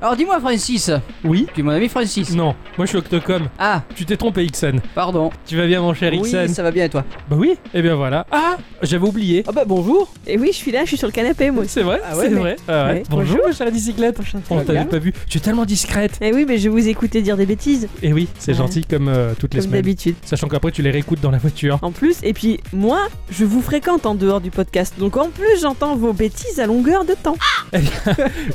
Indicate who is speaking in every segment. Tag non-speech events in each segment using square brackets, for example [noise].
Speaker 1: Alors dis-moi Francis,
Speaker 2: Oui
Speaker 1: tu es mon ami Francis.
Speaker 2: Non, moi je suis Octocom.
Speaker 1: Ah,
Speaker 2: Tu t'es trompé, Ixon.
Speaker 1: pardon.
Speaker 2: Tu vas bien, mon cher Ixon
Speaker 1: Oui, ça va bien et toi
Speaker 2: Bah oui, et bien voilà. Ah J'avais oublié.
Speaker 3: Ah bah bonjour
Speaker 4: Et oui, je suis là, je suis sur le canapé moi aussi.
Speaker 2: C'est vrai,
Speaker 3: Ah ouais,
Speaker 2: c'est
Speaker 3: mais-
Speaker 2: vrai. Ah ouais.
Speaker 3: Ouais.
Speaker 2: Bonjour, ma chère bicyclette.
Speaker 3: Enchanté.
Speaker 2: On t'avait pas vu. Tu es tellement discrète.
Speaker 4: Eh oui, mais je vous écoutais dire des bêtises,
Speaker 2: Et oui, c'est
Speaker 4: Ouais.
Speaker 2: gentil comme euh, toutes les
Speaker 4: comme
Speaker 2: semaines.
Speaker 4: d'habitude.
Speaker 2: Sachant qu'après tu les réécoutes dans la voiture.
Speaker 4: En plus, et puis moi, je vous fréquente en dehors du podcast, donc en plus j'entends vos bêtises à longueur de temps.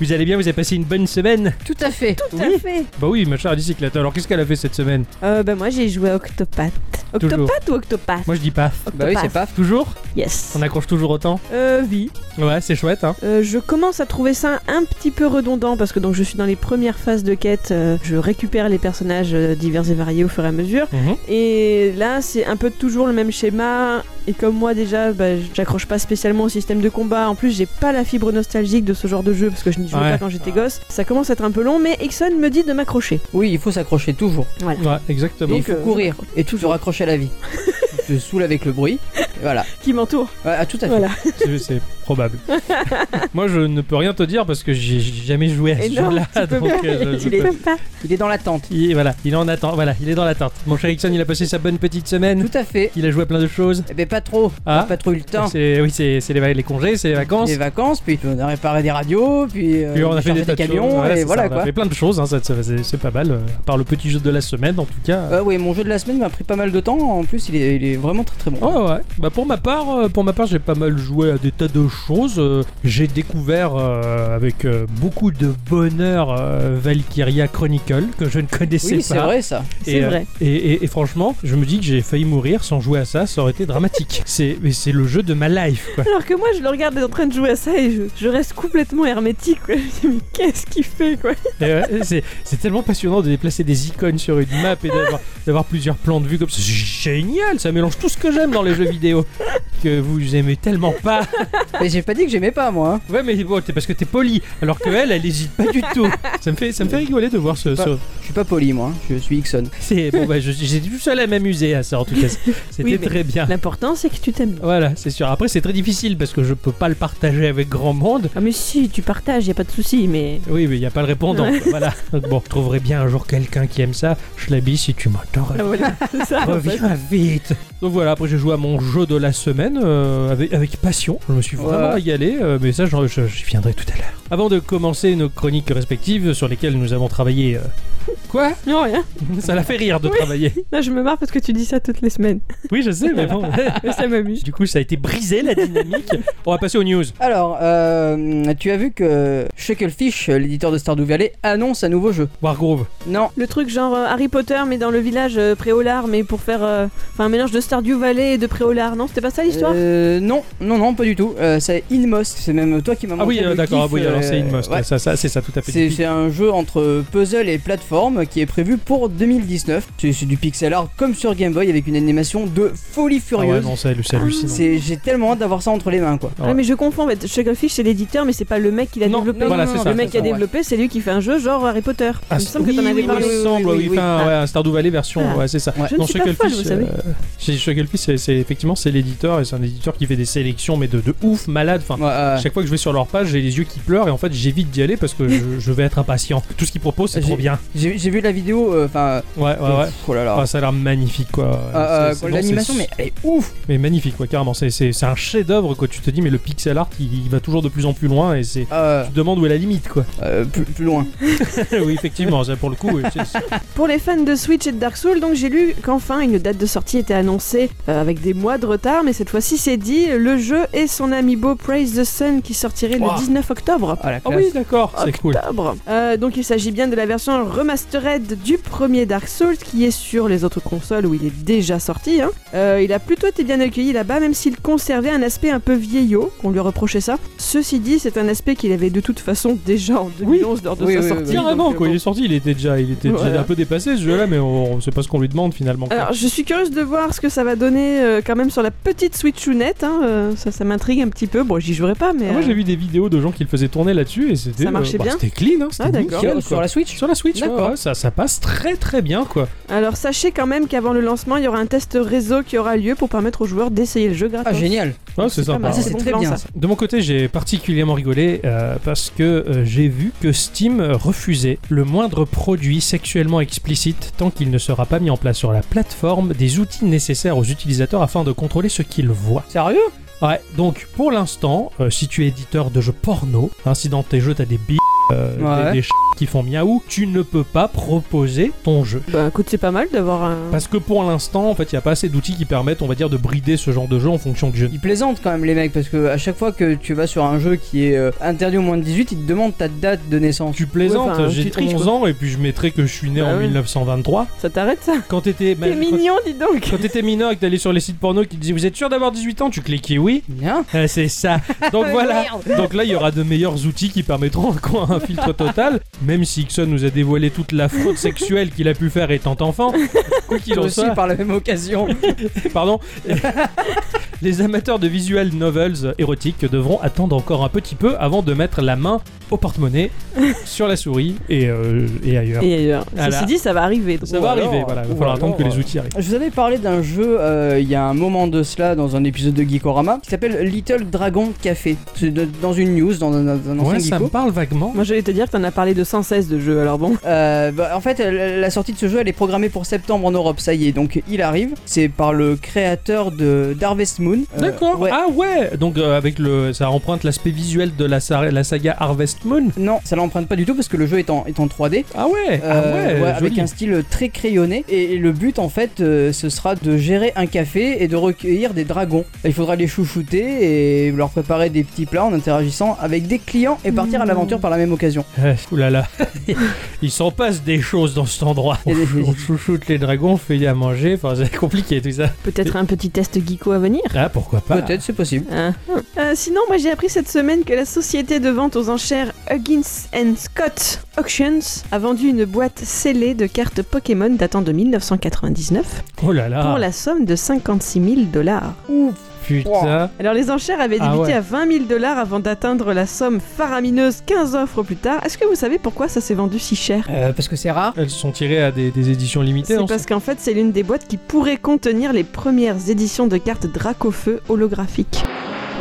Speaker 2: Vous allez bien, vous avez passé une bonne semaine
Speaker 1: Tout à fait.
Speaker 4: Tout à fait.
Speaker 2: Bah oui, ma chère bicyclette. Alors qu'est-ce qu'elle a fait cette semaine
Speaker 4: Euh, bah moi j'ai joué à Octopath.
Speaker 2: Toujours.
Speaker 4: Octopath ou Octopath
Speaker 2: Moi je dis paf.
Speaker 1: Bah oui, c'est
Speaker 4: Octopath.
Speaker 1: paf.
Speaker 2: Toujours
Speaker 4: Yes.
Speaker 2: On accroche toujours autant
Speaker 4: Euh, oui.
Speaker 2: Ouais, c'est chouette, hein
Speaker 4: Euh, je commence à trouver ça un petit peu redondant parce que donc je suis dans les premières phases de quête, euh, je récupère les personnages euh, divers et variés au fur et à mesure. Et là, c'est un peu toujours le même schéma. Et comme moi déjà, bah, j'accroche pas spécialement au système de combat. En plus, j'ai pas la fibre nostalgique de ce genre de jeu parce que je n'y jouais
Speaker 2: Ouais.
Speaker 4: pas quand j'étais gosse. Ça commence à être un peu long, mais Ixon me dit de m'accrocher.
Speaker 1: Oui, il faut s'accrocher toujours.
Speaker 4: Voilà.
Speaker 2: Ouais,
Speaker 1: Et
Speaker 2: exactement.
Speaker 1: il faut
Speaker 2: [laughs]
Speaker 4: euh,
Speaker 1: courir et toujours accrocher à la vie. Je te saoule avec le bruit. Et voilà.
Speaker 2: [laughs]
Speaker 4: Qui m'entoure.
Speaker 1: Ouais, ah, tout à fait.
Speaker 4: Voilà.
Speaker 2: C'est- C'est probable. Moi, je ne peux rien te dire parce que j'ai j'ai jamais joué à ce
Speaker 4: Et non,
Speaker 2: jeu-là.
Speaker 4: tu peux
Speaker 2: donc,
Speaker 4: pas. [laughs]
Speaker 2: euh, je- je
Speaker 4: Tu les
Speaker 2: peux-
Speaker 4: peux pas.
Speaker 1: Il est dans l'attente.
Speaker 2: Il, voilà, il est en attente. Voilà, il est dans l'attente. Mon cher Ixon, il a passé sa bonne petite semaine.
Speaker 1: Tout à fait.
Speaker 2: Il a joué à plein de choses.
Speaker 1: Eh ben pas trop.
Speaker 2: Ah.
Speaker 1: On a pas trop eu le temps.
Speaker 2: C'est oui, c'est c'est les, va- les congés, c'est les vacances.
Speaker 1: Les vacances, puis on a réparé des radios, puis, euh,
Speaker 2: Puis on a fait
Speaker 1: chargé
Speaker 2: des, tas de
Speaker 1: camions,
Speaker 2: choses. Voilà, c'est
Speaker 1: et
Speaker 2: ça,
Speaker 1: voilà
Speaker 2: on a
Speaker 1: quoi.
Speaker 2: fait plein de choses. hein, ça- ça- c'est c'est pas mal. euh, à part le petit jeu de la semaine, en tout cas.
Speaker 1: Euh, Ouais, oui, mon jeu de la semaine m'a pris pas mal de temps. En plus, il est, il est vraiment très très bon.
Speaker 2: Oh ouais. Bah pour ma part, euh, pour ma part, j'ai pas mal joué à des tas de choses. Euh, J'ai découvert euh, avec euh, beaucoup de bonheur euh, Valkyria Chronicle que je ne connaissais
Speaker 1: oui,
Speaker 2: pas.
Speaker 1: c'est vrai
Speaker 2: [laughs]
Speaker 1: ça.
Speaker 4: C'est
Speaker 2: Et, euh,
Speaker 4: vrai.
Speaker 2: Et, et- et franchement, je me dis que j'ai failli mourir sans jouer à ça, ça aurait
Speaker 1: [laughs]
Speaker 2: été dramatique. c'est mais c'est le jeu de ma life. Quoi.
Speaker 4: Alors que moi, je le regarde en train de jouer à ça et je, je reste complètement hermétique. Quoi. [laughs] Je me dis, mais qu'est-ce qu'il fait quoi
Speaker 2: Et, euh, c'est c'est tellement passionnant de déplacer des icônes sur une map et d'avoir- d'avoir plusieurs plans de vue comme ça. C'est génial, ça mélange tout ce que j'aime dans les jeux vidéo que vous aimez tellement pas.
Speaker 1: Mais j'ai pas dit que j'aimais pas moi. hein.
Speaker 2: Ouais, mais bon, t'es parce que t'es poli, alors que elle, elle hésite pas du tout. Ça me fait, ça me fait rigoler de voir ce.
Speaker 1: Pas-
Speaker 2: ce-
Speaker 1: Je suis pas poli moi. hein. Je suis Ixon.
Speaker 2: C'est bon, bah, je- j'ai tout seul à m'amuser à hein, ça en tout [laughs] cas. C'était
Speaker 4: Oui, mais-
Speaker 2: très bien.
Speaker 4: L'important, c'est que tu t'aimes. bien.
Speaker 2: Voilà, c'est sûr. Après, c'est très difficile parce que je peux pas le partager avec grand monde.
Speaker 4: Ah, mais si, tu partages, y a pas de souci, mais.
Speaker 2: Oui, mais il n'y a pas le répondant.
Speaker 4: Ouais.
Speaker 2: Voilà. Donc bon, je trouverai bien un jour quelqu'un qui aime ça. Schlabi, si tu m'entends,
Speaker 4: Ah, voilà, [laughs] c'est ça.
Speaker 2: bah,
Speaker 4: en fait.
Speaker 2: reviens vite. Donc voilà, après j'ai joué à mon jeu de la semaine euh, avec, avec passion. Je me suis vraiment
Speaker 1: Ouais.
Speaker 2: régalé, euh, mais ça, j'en- je- j'y viendrai tout à l'heure. Avant de commencer nos chroniques respectives sur lesquelles nous avons travaillé. euh, Quoi
Speaker 4: Non, rien.
Speaker 2: [laughs] Ça la fait rire de
Speaker 4: Oui.
Speaker 2: travailler.
Speaker 4: Là, je me marre parce que tu dis ça toutes
Speaker 2: [laughs]
Speaker 4: les semaines.
Speaker 2: Oui, je sais, mais
Speaker 1: [laughs]
Speaker 2: bon.
Speaker 4: Mais ça m'amuse.
Speaker 2: Du coup, ça a été brisé la dynamique. On va passer aux news.
Speaker 1: Alors, euh, tu as vu que Shacklefish, l'éditeur de Stardew Valley, annonce un nouveau jeu.
Speaker 2: Wargrove.
Speaker 1: Non,
Speaker 4: Le truc genre euh, Harry Potter mais dans le village euh, Préolard mais pour faire euh, enfin un mélange de Stardew Valley et de Préolard, non C'était pas ça l'histoire
Speaker 1: euh, non, non, non, pas du tout. Euh, c'est Inmost. C'est même toi qui m'as
Speaker 2: Ah
Speaker 1: montré
Speaker 2: oui,
Speaker 1: le
Speaker 2: euh, d'accord.
Speaker 1: kiff,
Speaker 2: ah oui, alors
Speaker 1: euh,
Speaker 2: c'est une must.
Speaker 1: ouais.
Speaker 2: Ça, ça, c'est ça, tout à fait.
Speaker 1: C'est c'est un jeu entre puzzle et plateforme qui est prévu pour 2019. C'est c'est du pixel art comme sur Game Boy avec une animation de folie
Speaker 2: Ah ouais,
Speaker 1: furieuse.
Speaker 2: non, c'est c'est hallucinant.
Speaker 1: Ah, C'est- J'ai tellement hâte d'avoir ça entre les mains quoi.
Speaker 2: ouais.
Speaker 4: Ah mais je confonds, en fait, Chucklefish c'est l'éditeur mais c'est pas le mec qui l'a
Speaker 2: Non,
Speaker 4: développé.
Speaker 2: non, voilà, c'est ça.
Speaker 4: le mec qui a
Speaker 1: Ouais.
Speaker 4: développé, c'est lui qui fait un jeu genre Harry Potter.
Speaker 2: Ah,
Speaker 4: Il me semble que t'en
Speaker 2: oui,
Speaker 4: avais
Speaker 2: oui,
Speaker 4: parlé.
Speaker 2: Il me semble, oui,
Speaker 1: oui, oui.
Speaker 2: enfin, ouais, un Stardew Valley version,
Speaker 4: Ah.
Speaker 2: ouais, c'est ça.
Speaker 4: Je ne suis pas folle, vous savez.
Speaker 2: euh, chez Chucklefish, c'est, c'est- effectivement, c'est l'éditeur, et c'est un éditeur qui fait des sélections, mais de, de ouf, malade. Enfin,
Speaker 1: Ouais, euh,
Speaker 2: chaque fois que je vais sur leur page, Ah. j'ai les yeux qui pleurent, et en fait, j'évite d'y aller parce que je, je vais être impatient. Tout ce qu'ils proposent, c'est
Speaker 1: J'ai-
Speaker 2: trop bien.
Speaker 1: J'ai j'ai vu la vidéo, euh, enfin.
Speaker 2: Ouais, ouais, ouais.
Speaker 1: oh là là.
Speaker 2: Ah, ça a l'air magnifique, quoi.
Speaker 1: Euh, euh,
Speaker 2: C'est- c'est- non,
Speaker 1: L'animation,
Speaker 2: c'est-
Speaker 1: mais elle est ouf!
Speaker 2: mais magnifique, quoi, carrément. C'est, c'est, c'est un chef-d'œuvre, quoi. Tu te dis, mais le pixel art, il, il va toujours de plus en plus loin, et c'est.
Speaker 1: Euh,
Speaker 2: Tu te demandes où est la limite, quoi.
Speaker 1: euh, plus, plus loin.
Speaker 2: oui, effectivement, ça, pour le coup. oui, c'est- c'est-
Speaker 4: Pour les fans de Switch et de Dark Souls, donc j'ai lu qu'enfin une date de sortie était annoncée euh, avec des mois de retard, mais cette fois-ci c'est dit le jeu et son amiibo Praise the Sun qui sortirait
Speaker 2: Ouah.
Speaker 4: le 19 octobre.
Speaker 1: Ah la
Speaker 2: Ah
Speaker 1: classe.
Speaker 2: oui, d'accord, c'est cool.
Speaker 4: octobre. Euh, donc il s'agit bien de la version remastered du premier Dark Souls qui est sur les autres consoles où il est déjà sorti. hein. Euh, il a plutôt été bien accueilli là-bas même s'il conservait un aspect un peu vieillot, qu'on lui reprochait ça. Ceci dit, c'est un aspect qu'il avait de toute façon déjà en 2011 lors de
Speaker 1: Oui,
Speaker 4: sa
Speaker 1: oui, oui,
Speaker 4: sortie.
Speaker 1: oui.
Speaker 2: Carrément,
Speaker 4: donc, euh,
Speaker 2: quoi,
Speaker 4: bon.
Speaker 2: il est sorti, il était déjà, il était déjà
Speaker 4: Voilà.
Speaker 2: un peu dépassé ce jeu-là, mais on, on sait pas ce qu'on lui demande finalement. quoi.
Speaker 4: euh, Alors je suis curieuse de voir ce que ça va donner euh, quand même sur la petite Switchounette, hein, euh, ça, ça m'intrigue un petit peu, bon j'y jouerai pas mais...
Speaker 2: Ah, moi
Speaker 4: euh,
Speaker 2: j'ai vu des vidéos de gens qui le faisaient tourner là-dessus et c'était.
Speaker 4: Ça marchait
Speaker 2: bah,
Speaker 4: bien
Speaker 2: C'était clean, hein, c'était
Speaker 4: Ah, d'accord.
Speaker 2: nickel,
Speaker 1: Sur, sur
Speaker 2: quoi.
Speaker 1: la Switch?
Speaker 2: Sur la Switch, ouais,
Speaker 1: D'accord, d'accord.
Speaker 2: ouais, ça, ça passe très très bien quoi.
Speaker 4: Alors sachez quand même qu'avant le lancement, il y aura un test réseau qui aura lieu pour permettre aux joueurs d'essayer le jeu gratuitement.
Speaker 1: Ah, génial.
Speaker 2: Ouais, c'est
Speaker 4: C'est pas
Speaker 2: sympa.
Speaker 1: Ah,
Speaker 4: mal.
Speaker 1: ça,
Speaker 2: ouais.
Speaker 1: c'est
Speaker 4: bon
Speaker 1: très
Speaker 4: plan,
Speaker 1: bien.
Speaker 4: ça.
Speaker 1: ça.
Speaker 2: De mon côté, j'ai particulièrement rigolé euh, parce que euh, j'ai vu que Steam refusait le moindre produit sexuellement explicite tant qu'il ne sera pas mis en place sur la plateforme des outils nécessaires aux utilisateurs afin de contrôler ce qu'ils voient.
Speaker 1: Sérieux
Speaker 2: Ouais, donc pour l'instant, euh, si tu es éditeur de jeux porno, hein, si dans tes jeux t'as des billes, euh,
Speaker 1: Ouais.
Speaker 2: des, des ch- qui font miaou, tu ne peux pas proposer ton jeu.
Speaker 4: Bah écoute, c'est pas mal d'avoir un.
Speaker 2: Parce que pour l'instant, en fait, il n'y a pas assez d'outils qui permettent, on va dire, de brider ce genre de jeu en fonction du jeu.
Speaker 1: Ils plaisantent quand même les mecs parce que à chaque fois que tu vas sur un jeu qui est euh, interdit au moins de 18, ils te demandent ta date de naissance.
Speaker 2: Tu plaisantes,
Speaker 4: Ouais, enfin,
Speaker 2: j'ai
Speaker 4: tu triches,
Speaker 2: 11
Speaker 4: quoi.
Speaker 2: ans et puis je mettrais que je suis né
Speaker 4: Bah
Speaker 2: en
Speaker 4: oui.
Speaker 2: 1923.
Speaker 4: Ça t'arrête ça
Speaker 2: Quand t'étais
Speaker 4: T'es
Speaker 2: même- quand-
Speaker 4: mignon, dis donc
Speaker 2: [laughs] quand t'étais mineur et que t'allais sur les sites porno qui te disaient Vous êtes sûr d'avoir 18 ans Tu cliquais oui. [laughs]
Speaker 1: Bien.
Speaker 2: Euh, C'est ça.
Speaker 4: [laughs]
Speaker 2: Donc voilà. Donc là, il y aura de meilleurs outils qui permettront [laughs] encore un filtre total. Même si Ixon nous a dévoilé toute la faute sexuelle qu'il a pu faire étant
Speaker 4: [laughs]
Speaker 2: enfant. Quoi qu'il
Speaker 1: Toi
Speaker 2: en
Speaker 1: aussi
Speaker 2: soit,
Speaker 1: par la même occasion.
Speaker 4: [laughs]
Speaker 2: pardon. Les amateurs de visual novels érotiques devront attendre encore un petit peu avant de mettre la main au
Speaker 4: [laughs]
Speaker 2: porte-monnaie, sur la souris et, euh, et ailleurs.
Speaker 4: Et ailleurs,
Speaker 2: Ah là.
Speaker 4: ceci dit, ça va arriver. donc.
Speaker 2: Ça va
Speaker 1: Ou alors-
Speaker 2: arriver, voilà. Il va
Speaker 1: ou
Speaker 2: falloir attendre que
Speaker 1: alors, euh,
Speaker 2: les outils arrivent.
Speaker 1: Je vous avais parlé d'un jeu euh, il y a un moment de cela dans un épisode de Geekorama qui s'appelle Little Dragon Café. C'est de- dans une news, dans un, dans un ancien
Speaker 2: Ouais, ça
Speaker 1: Geeko.
Speaker 2: me parle vaguement.
Speaker 4: Moi j'allais te dire que t'en as parlé de sans cesse de jeux, alors bon.
Speaker 1: Euh, bah, en fait, la la sortie de ce jeu, elle est programmée pour septembre en Europe, ça y est, donc il arrive. C'est par le créateur de d'Harvest Moon. Euh,
Speaker 2: D'accord.
Speaker 1: ouais.
Speaker 2: Ah ouais. Donc euh, avec le, ça emprunte l'aspect visuel de la, sa- la saga Harvest Moon.
Speaker 1: Non, ça l'emprunte pas du tout parce que le jeu est en, est en 3D.
Speaker 2: Ah ouais. ah
Speaker 1: Euh,
Speaker 2: ouais.
Speaker 1: ouais, avec
Speaker 2: joli.
Speaker 1: un style très crayonné et, et le but en fait euh, ce sera de gérer un café et de recueillir des dragons il faudra les chouchouter et leur préparer des petits plats en interagissant avec des clients et partir à
Speaker 4: Mmh.
Speaker 1: l'aventure par la même occasion
Speaker 2: [laughs] Euh, oulala. Il s'en passe des choses dans cet endroit.
Speaker 1: Il y a des-
Speaker 2: On chouchoute les dragons, on fait à manger. Enfin, c'est compliqué tout ça.
Speaker 4: Peut-être un petit test geeko à venir
Speaker 2: Ah pourquoi pas.
Speaker 1: peut-être c'est possible
Speaker 4: Hein. Euh, sinon, moi j'ai appris cette semaine que la société de vente aux enchères Huggins and Scott Auctions a vendu une boîte scellée de cartes Pokémon datant de 1999
Speaker 2: Oh là là.
Speaker 4: pour la somme de 56 000 dollars.
Speaker 1: Ouf.
Speaker 2: Putain.
Speaker 4: Alors les enchères avaient
Speaker 2: Ah
Speaker 4: débuté
Speaker 2: ouais.
Speaker 4: à 20 000 dollars avant d'atteindre la somme faramineuse 15 offres plus tard. Est-ce que vous savez pourquoi ça s'est vendu si cher
Speaker 1: Euh, parce que c'est rare
Speaker 2: Elles sont tirées à des, des éditions limitées. hein.
Speaker 4: c'est
Speaker 2: non
Speaker 4: parce qu'en fait, c'est l'une des boîtes qui pourrait contenir les premières éditions de cartes Dracofeu holographiques.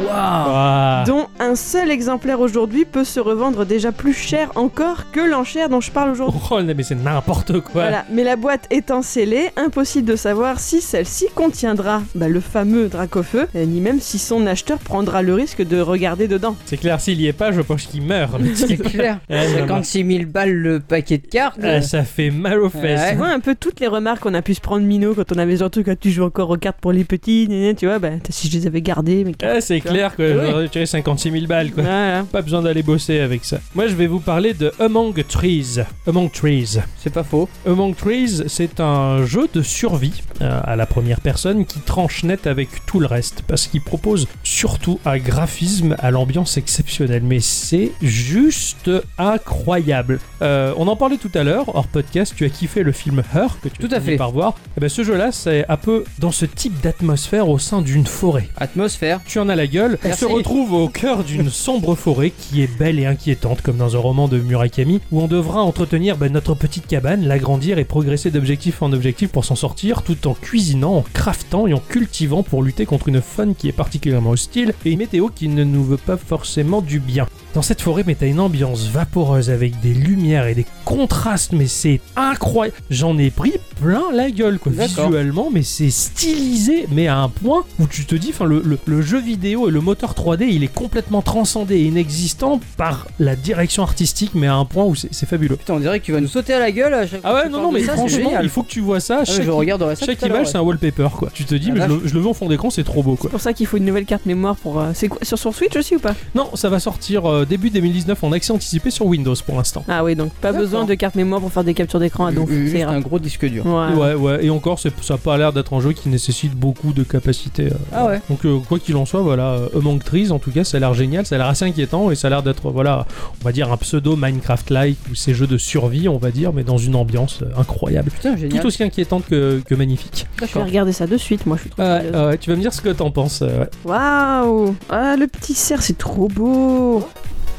Speaker 1: waouh
Speaker 2: Ah.
Speaker 4: dont un seul exemplaire aujourd'hui peut se revendre déjà plus cher encore que l'enchère dont je parle aujourd'hui.
Speaker 2: Oh non, mais c'est n'importe quoi.
Speaker 4: Voilà, mais la boîte étant scellée, impossible de savoir si celle-ci contiendra bah, le fameux Dracofeu, euh, ni même si son acheteur prendra le risque de regarder dedans.
Speaker 2: C'est clair, s'il y est pas, je pense qu'il meurt.
Speaker 1: [laughs]
Speaker 2: le
Speaker 1: c'est
Speaker 2: type.
Speaker 1: clair
Speaker 2: Eh, non, non.
Speaker 1: 56 000 balles le paquet de cartes
Speaker 2: Ah, ça fait mal aux fesses.
Speaker 1: Ouais.
Speaker 4: Tu vois un peu toutes les remarques qu'on a pu se prendre minot quand on avait genre truc, Ah, tu joues encore aux cartes pour les petits, gna gna, tu vois, bah si je les avais gardés, mais...
Speaker 2: Ah, c'est
Speaker 4: Quoi
Speaker 2: clair que
Speaker 1: Oui.
Speaker 2: j'aurais retiré 56 000 balles quoi.
Speaker 4: Voilà.
Speaker 2: Pas besoin d'aller bosser avec ça. Moi, je vais vous parler de Among Trees. Among Trees.
Speaker 1: c'est pas faux
Speaker 2: Among Trees, c'est un jeu de survie euh, à la première personne qui tranche net avec tout le reste parce qu'il propose surtout un graphisme à l'ambiance exceptionnelle. Mais c'est juste incroyable. Euh, on en parlait tout à l'heure hors podcast. Tu as kiffé le film Her que tu as
Speaker 1: Tout à
Speaker 2: fini
Speaker 1: fait.
Speaker 2: par voir. Eh ben, ce jeu-là, c'est un peu dans ce type d'atmosphère au sein d'une forêt
Speaker 1: atmosphère
Speaker 2: tu en as la gueule.
Speaker 1: Merci.
Speaker 2: On se retrouve au cœur d'une sombre forêt qui est belle et inquiétante, comme dans un roman de Murakami, où on devra entretenir ben, notre petite cabane, l'agrandir et progresser d'objectif en objectif pour s'en sortir, tout en cuisinant, en craftant et en cultivant pour lutter contre une faune qui est particulièrement hostile et une météo qui ne nous veut pas forcément du bien. Dans cette forêt, mais t'as une ambiance vaporeuse avec des lumières et des contrastes, mais c'est incroyable. J'en ai pris plein la gueule, quoi.
Speaker 1: D'accord.
Speaker 2: Visuellement, mais c'est stylisé, mais à un point où tu te dis, enfin, le, le- le jeu vidéo et le moteur 3D, il est complètement transcendé et inexistant par la direction artistique, mais à un point où c'est c'est fabuleux.
Speaker 1: putain on dirait que tu vas nous sauter à la gueule à chaque fois
Speaker 2: Ah
Speaker 1: que
Speaker 2: ouais,
Speaker 1: tu
Speaker 2: non,
Speaker 1: parles
Speaker 2: non, mais
Speaker 1: de ça, c'est
Speaker 2: franchement,
Speaker 1: génial.
Speaker 2: il faut que tu vois ça.
Speaker 1: Ah ouais,
Speaker 2: Chaque,
Speaker 1: je regarderai ça
Speaker 2: chaque
Speaker 1: tout à l'heure,
Speaker 2: image, c'est un wallpaper, quoi. Tu te dis,
Speaker 1: Ah,
Speaker 2: mais je
Speaker 1: vache.
Speaker 2: le, je le veux en fond d'écran, c'est trop beau, quoi.
Speaker 4: C'est pour ça qu'il faut une nouvelle carte mémoire pour... euh, C'est quoi Sur son Switch aussi ou pas
Speaker 2: Non, ça va sortir euh, début 2019 en accès anticipé sur Windows pour l'instant.
Speaker 4: Ah oui, donc pas
Speaker 1: D'accord.
Speaker 4: besoin de carte mémoire pour faire des captures d'écran à donc
Speaker 1: Ju-
Speaker 4: c'est
Speaker 1: juste un gros disque dur
Speaker 2: Ouais, ouais, et encore, c'est- ça n'a pas l'air d'être un jeu qui nécessite beaucoup de capacités. euh.
Speaker 1: ah ouais
Speaker 2: Donc, euh, quoi qu'il en soit, voilà, euh, Among Trees, en tout cas, ça a l'air génial, ça a l'air assez inquiétant, et ça a l'air d'être, voilà, on va dire un pseudo Minecraft-like, ou ces jeux de survie, on va dire, mais dans une ambiance euh, incroyable.
Speaker 1: putain génial
Speaker 2: Tout aussi inquiétante que, que magnifique.
Speaker 4: Je vais regarder ça de suite, moi je suis trop
Speaker 2: Ouais,
Speaker 4: curieuse.
Speaker 2: ouais, tu vas me dire ce que t'en penses. euh, ouais.
Speaker 4: Waouh Ah, le petit cerf, c'est trop beau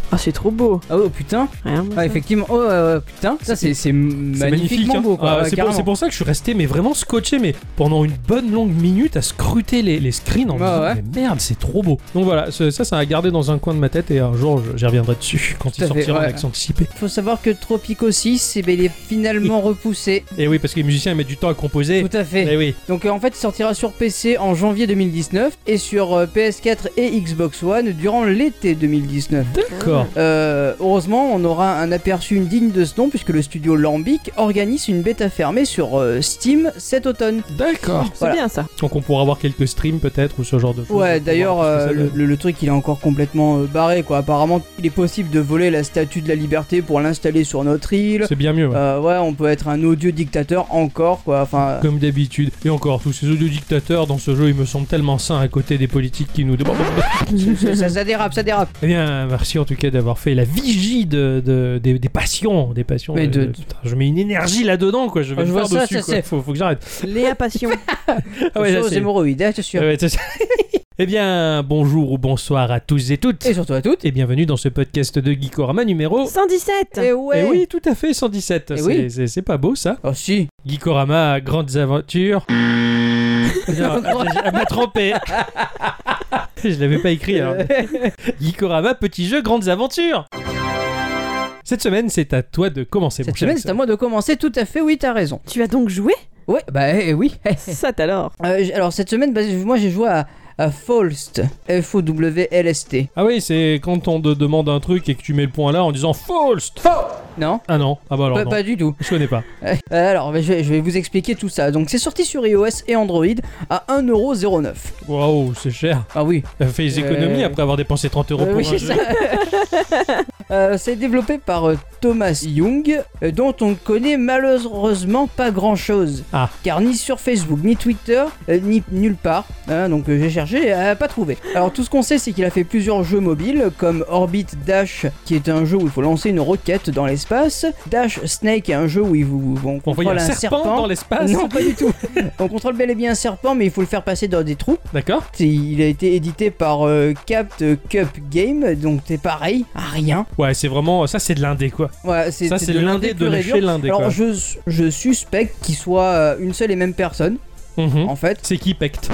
Speaker 4: Ah, c'est trop beau.
Speaker 1: Ah oh putain,
Speaker 4: Rien, moi,
Speaker 1: ah,
Speaker 4: ça.
Speaker 1: effectivement, oh euh, putain, ça c'est c'est
Speaker 2: C'est
Speaker 1: magnifiquement
Speaker 2: hein.
Speaker 1: beau quoi.
Speaker 2: Ah,
Speaker 1: ouais,
Speaker 2: c'est, pour,
Speaker 1: carrément.
Speaker 2: c'est pour ça que je suis resté mais vraiment scotché mais pendant une bonne longue minute à scruter les, les screens en me
Speaker 1: Ouais,
Speaker 2: disant,
Speaker 1: Bah ouais.
Speaker 2: Mais merde c'est trop beau. Donc voilà ce- ça ça a gardé dans un coin de ma tête et un jour je- j'y reviendrai dessus [laughs] quand
Speaker 1: Tout
Speaker 2: il
Speaker 1: à fait,
Speaker 2: sortira en
Speaker 1: ouais.
Speaker 2: accent anticipé.
Speaker 1: Faut savoir que Tropico 6, eh ben, il est [laughs] finalement repoussé.
Speaker 2: Et Eh oui parce que les musiciens ils mettent du temps à composer.
Speaker 1: Tout à fait.
Speaker 2: Et oui.
Speaker 1: Donc euh, en fait, il sortira sur PC en janvier 2019 et sur euh, PS4 et Xbox One durant l'été 2019.
Speaker 2: D'accord.
Speaker 1: Euh, heureusement, on aura un aperçu digne de ce nom puisque le studio Lambic organise une bêta fermée sur euh, Steam cet automne.
Speaker 2: D'accord.
Speaker 4: C'est
Speaker 1: Voilà.
Speaker 4: bien ça.
Speaker 2: Donc on pourra voir quelques streams peut-être ou ce genre de choses.
Speaker 1: Ouais,
Speaker 2: pour
Speaker 1: d'ailleurs,
Speaker 2: voir ce que
Speaker 1: euh,
Speaker 2: ça
Speaker 1: le,
Speaker 2: donne.
Speaker 1: le- le truc il est encore complètement euh, barré quoi. Apparemment, il est possible de voler la statue de la liberté pour l'installer sur notre île.
Speaker 2: c'est bien mieux. ouais.
Speaker 1: Euh, ouais, on peut être un odieux dictateur encore quoi.
Speaker 2: [laughs]
Speaker 1: Enfin,
Speaker 2: Comme d'habitude. Et encore, tous ces audio dictateurs dans ce jeu, ils me semblent tellement sains à côté des politiques qui nous.
Speaker 1: ça, ça- ça dérape, ça dérape.
Speaker 2: Eh bien, merci en tout cas d'avoir fait la vigie de, de- des, des passions. Des passions
Speaker 1: Mais
Speaker 2: de-
Speaker 1: de-
Speaker 2: putain, je mets une énergie là-dedans, quoi. Je vais
Speaker 1: Ah, je
Speaker 2: le
Speaker 1: vois
Speaker 2: faire
Speaker 1: ça,
Speaker 2: dessus,
Speaker 1: ça,
Speaker 2: quoi.
Speaker 1: c'est-
Speaker 2: Faut, faut que j'arrête.
Speaker 4: Léa [laughs] Passion.
Speaker 2: Ah ouais, là,
Speaker 1: Chose
Speaker 2: c'est-
Speaker 1: hémorroïde, hein, c'est sûr.
Speaker 2: Ah ouais, c'est ça. [laughs] eh bien, bonjour ou bonsoir à tous et toutes.
Speaker 1: Et surtout à toutes.
Speaker 2: Et bienvenue dans ce podcast de Geekorama numéro.
Speaker 4: 117
Speaker 1: Et ouais.
Speaker 2: Eh oui, tout à fait, 117.
Speaker 1: Eh
Speaker 2: C'est-
Speaker 1: oui.
Speaker 2: c'est- c'est pas beau ça.
Speaker 1: Oh si.
Speaker 2: Geekorama,
Speaker 1: [laughs]
Speaker 2: grandes aventures. Non, Elle m'a trompé. Je l'avais pas écrit alors. Gikorama, petit jeu, grandes aventures. Cette semaine, c'est à toi de commencer. mon
Speaker 1: Cette
Speaker 2: cher
Speaker 1: semaine, c'est à
Speaker 2: Alex.
Speaker 1: moi de commencer. Tout à fait, oui, t'as raison.
Speaker 4: Tu as donc joué
Speaker 1: Ouais, bah eh, oui.
Speaker 4: [laughs] Ça alors.
Speaker 1: Euh, j- alors cette semaine, bah, moi j'ai joué à, à Falst, F-O-W-L-S-T.
Speaker 2: Ah oui, c'est quand on te demande un truc et que tu mets le point là en disant Faust.
Speaker 1: Non,
Speaker 2: Ah non, ah bah alors
Speaker 1: pas,
Speaker 2: non.
Speaker 1: pas du tout.
Speaker 2: Je connais pas.
Speaker 1: Euh, alors, bah, je vais, je vais vous expliquer tout ça. Donc c'est sorti sur iOS et Android à 1,09€.
Speaker 2: Waouh, c'est cher.
Speaker 1: Ah oui.
Speaker 2: Elle fait les économies
Speaker 1: Euh.
Speaker 2: après avoir dépensé 30 euros
Speaker 1: Euh,
Speaker 2: pour
Speaker 1: oui,
Speaker 2: un
Speaker 1: c'est
Speaker 2: jeu.
Speaker 1: ça. Euh, c'est développé par euh, Thomas Young, euh, dont on ne connaît malheureusement pas grand chose.
Speaker 2: Ah.
Speaker 1: Car ni sur Facebook, ni Twitter, euh, ni nulle part. hein, donc euh, j'ai cherché, euh, pas trouvé. Alors tout ce qu'on sait, c'est qu'il a fait plusieurs jeux mobiles, comme Orbit Dash, qui est un jeu où il faut lancer une roquette dans l'espace. Dash Snake est un jeu où il vous, vous- on
Speaker 2: On voyait
Speaker 1: contrôle
Speaker 2: un serpent, dans l'espace.
Speaker 1: Oh, non, pas du tout. On contrôle bel et bien un serpent, mais il faut le faire passer dans des trous.
Speaker 2: D'accord.
Speaker 1: C'est- Il a été édité par euh, Capt Cup Game, donc c'est pareil, à rien.
Speaker 2: Ouais, c'est vraiment. Ça, c'est de l'indé quoi.
Speaker 1: Ouais, c'est,
Speaker 2: Ça, c'est de l'indé
Speaker 1: pur
Speaker 2: de
Speaker 1: et
Speaker 2: chez
Speaker 1: dur.
Speaker 2: l'indé, quoi.
Speaker 1: Alors je, je suspecte qu'il soit euh, une seule et même personne,
Speaker 2: Mhm.
Speaker 1: en fait.
Speaker 2: C'est
Speaker 1: [laughs]
Speaker 2: qui pecte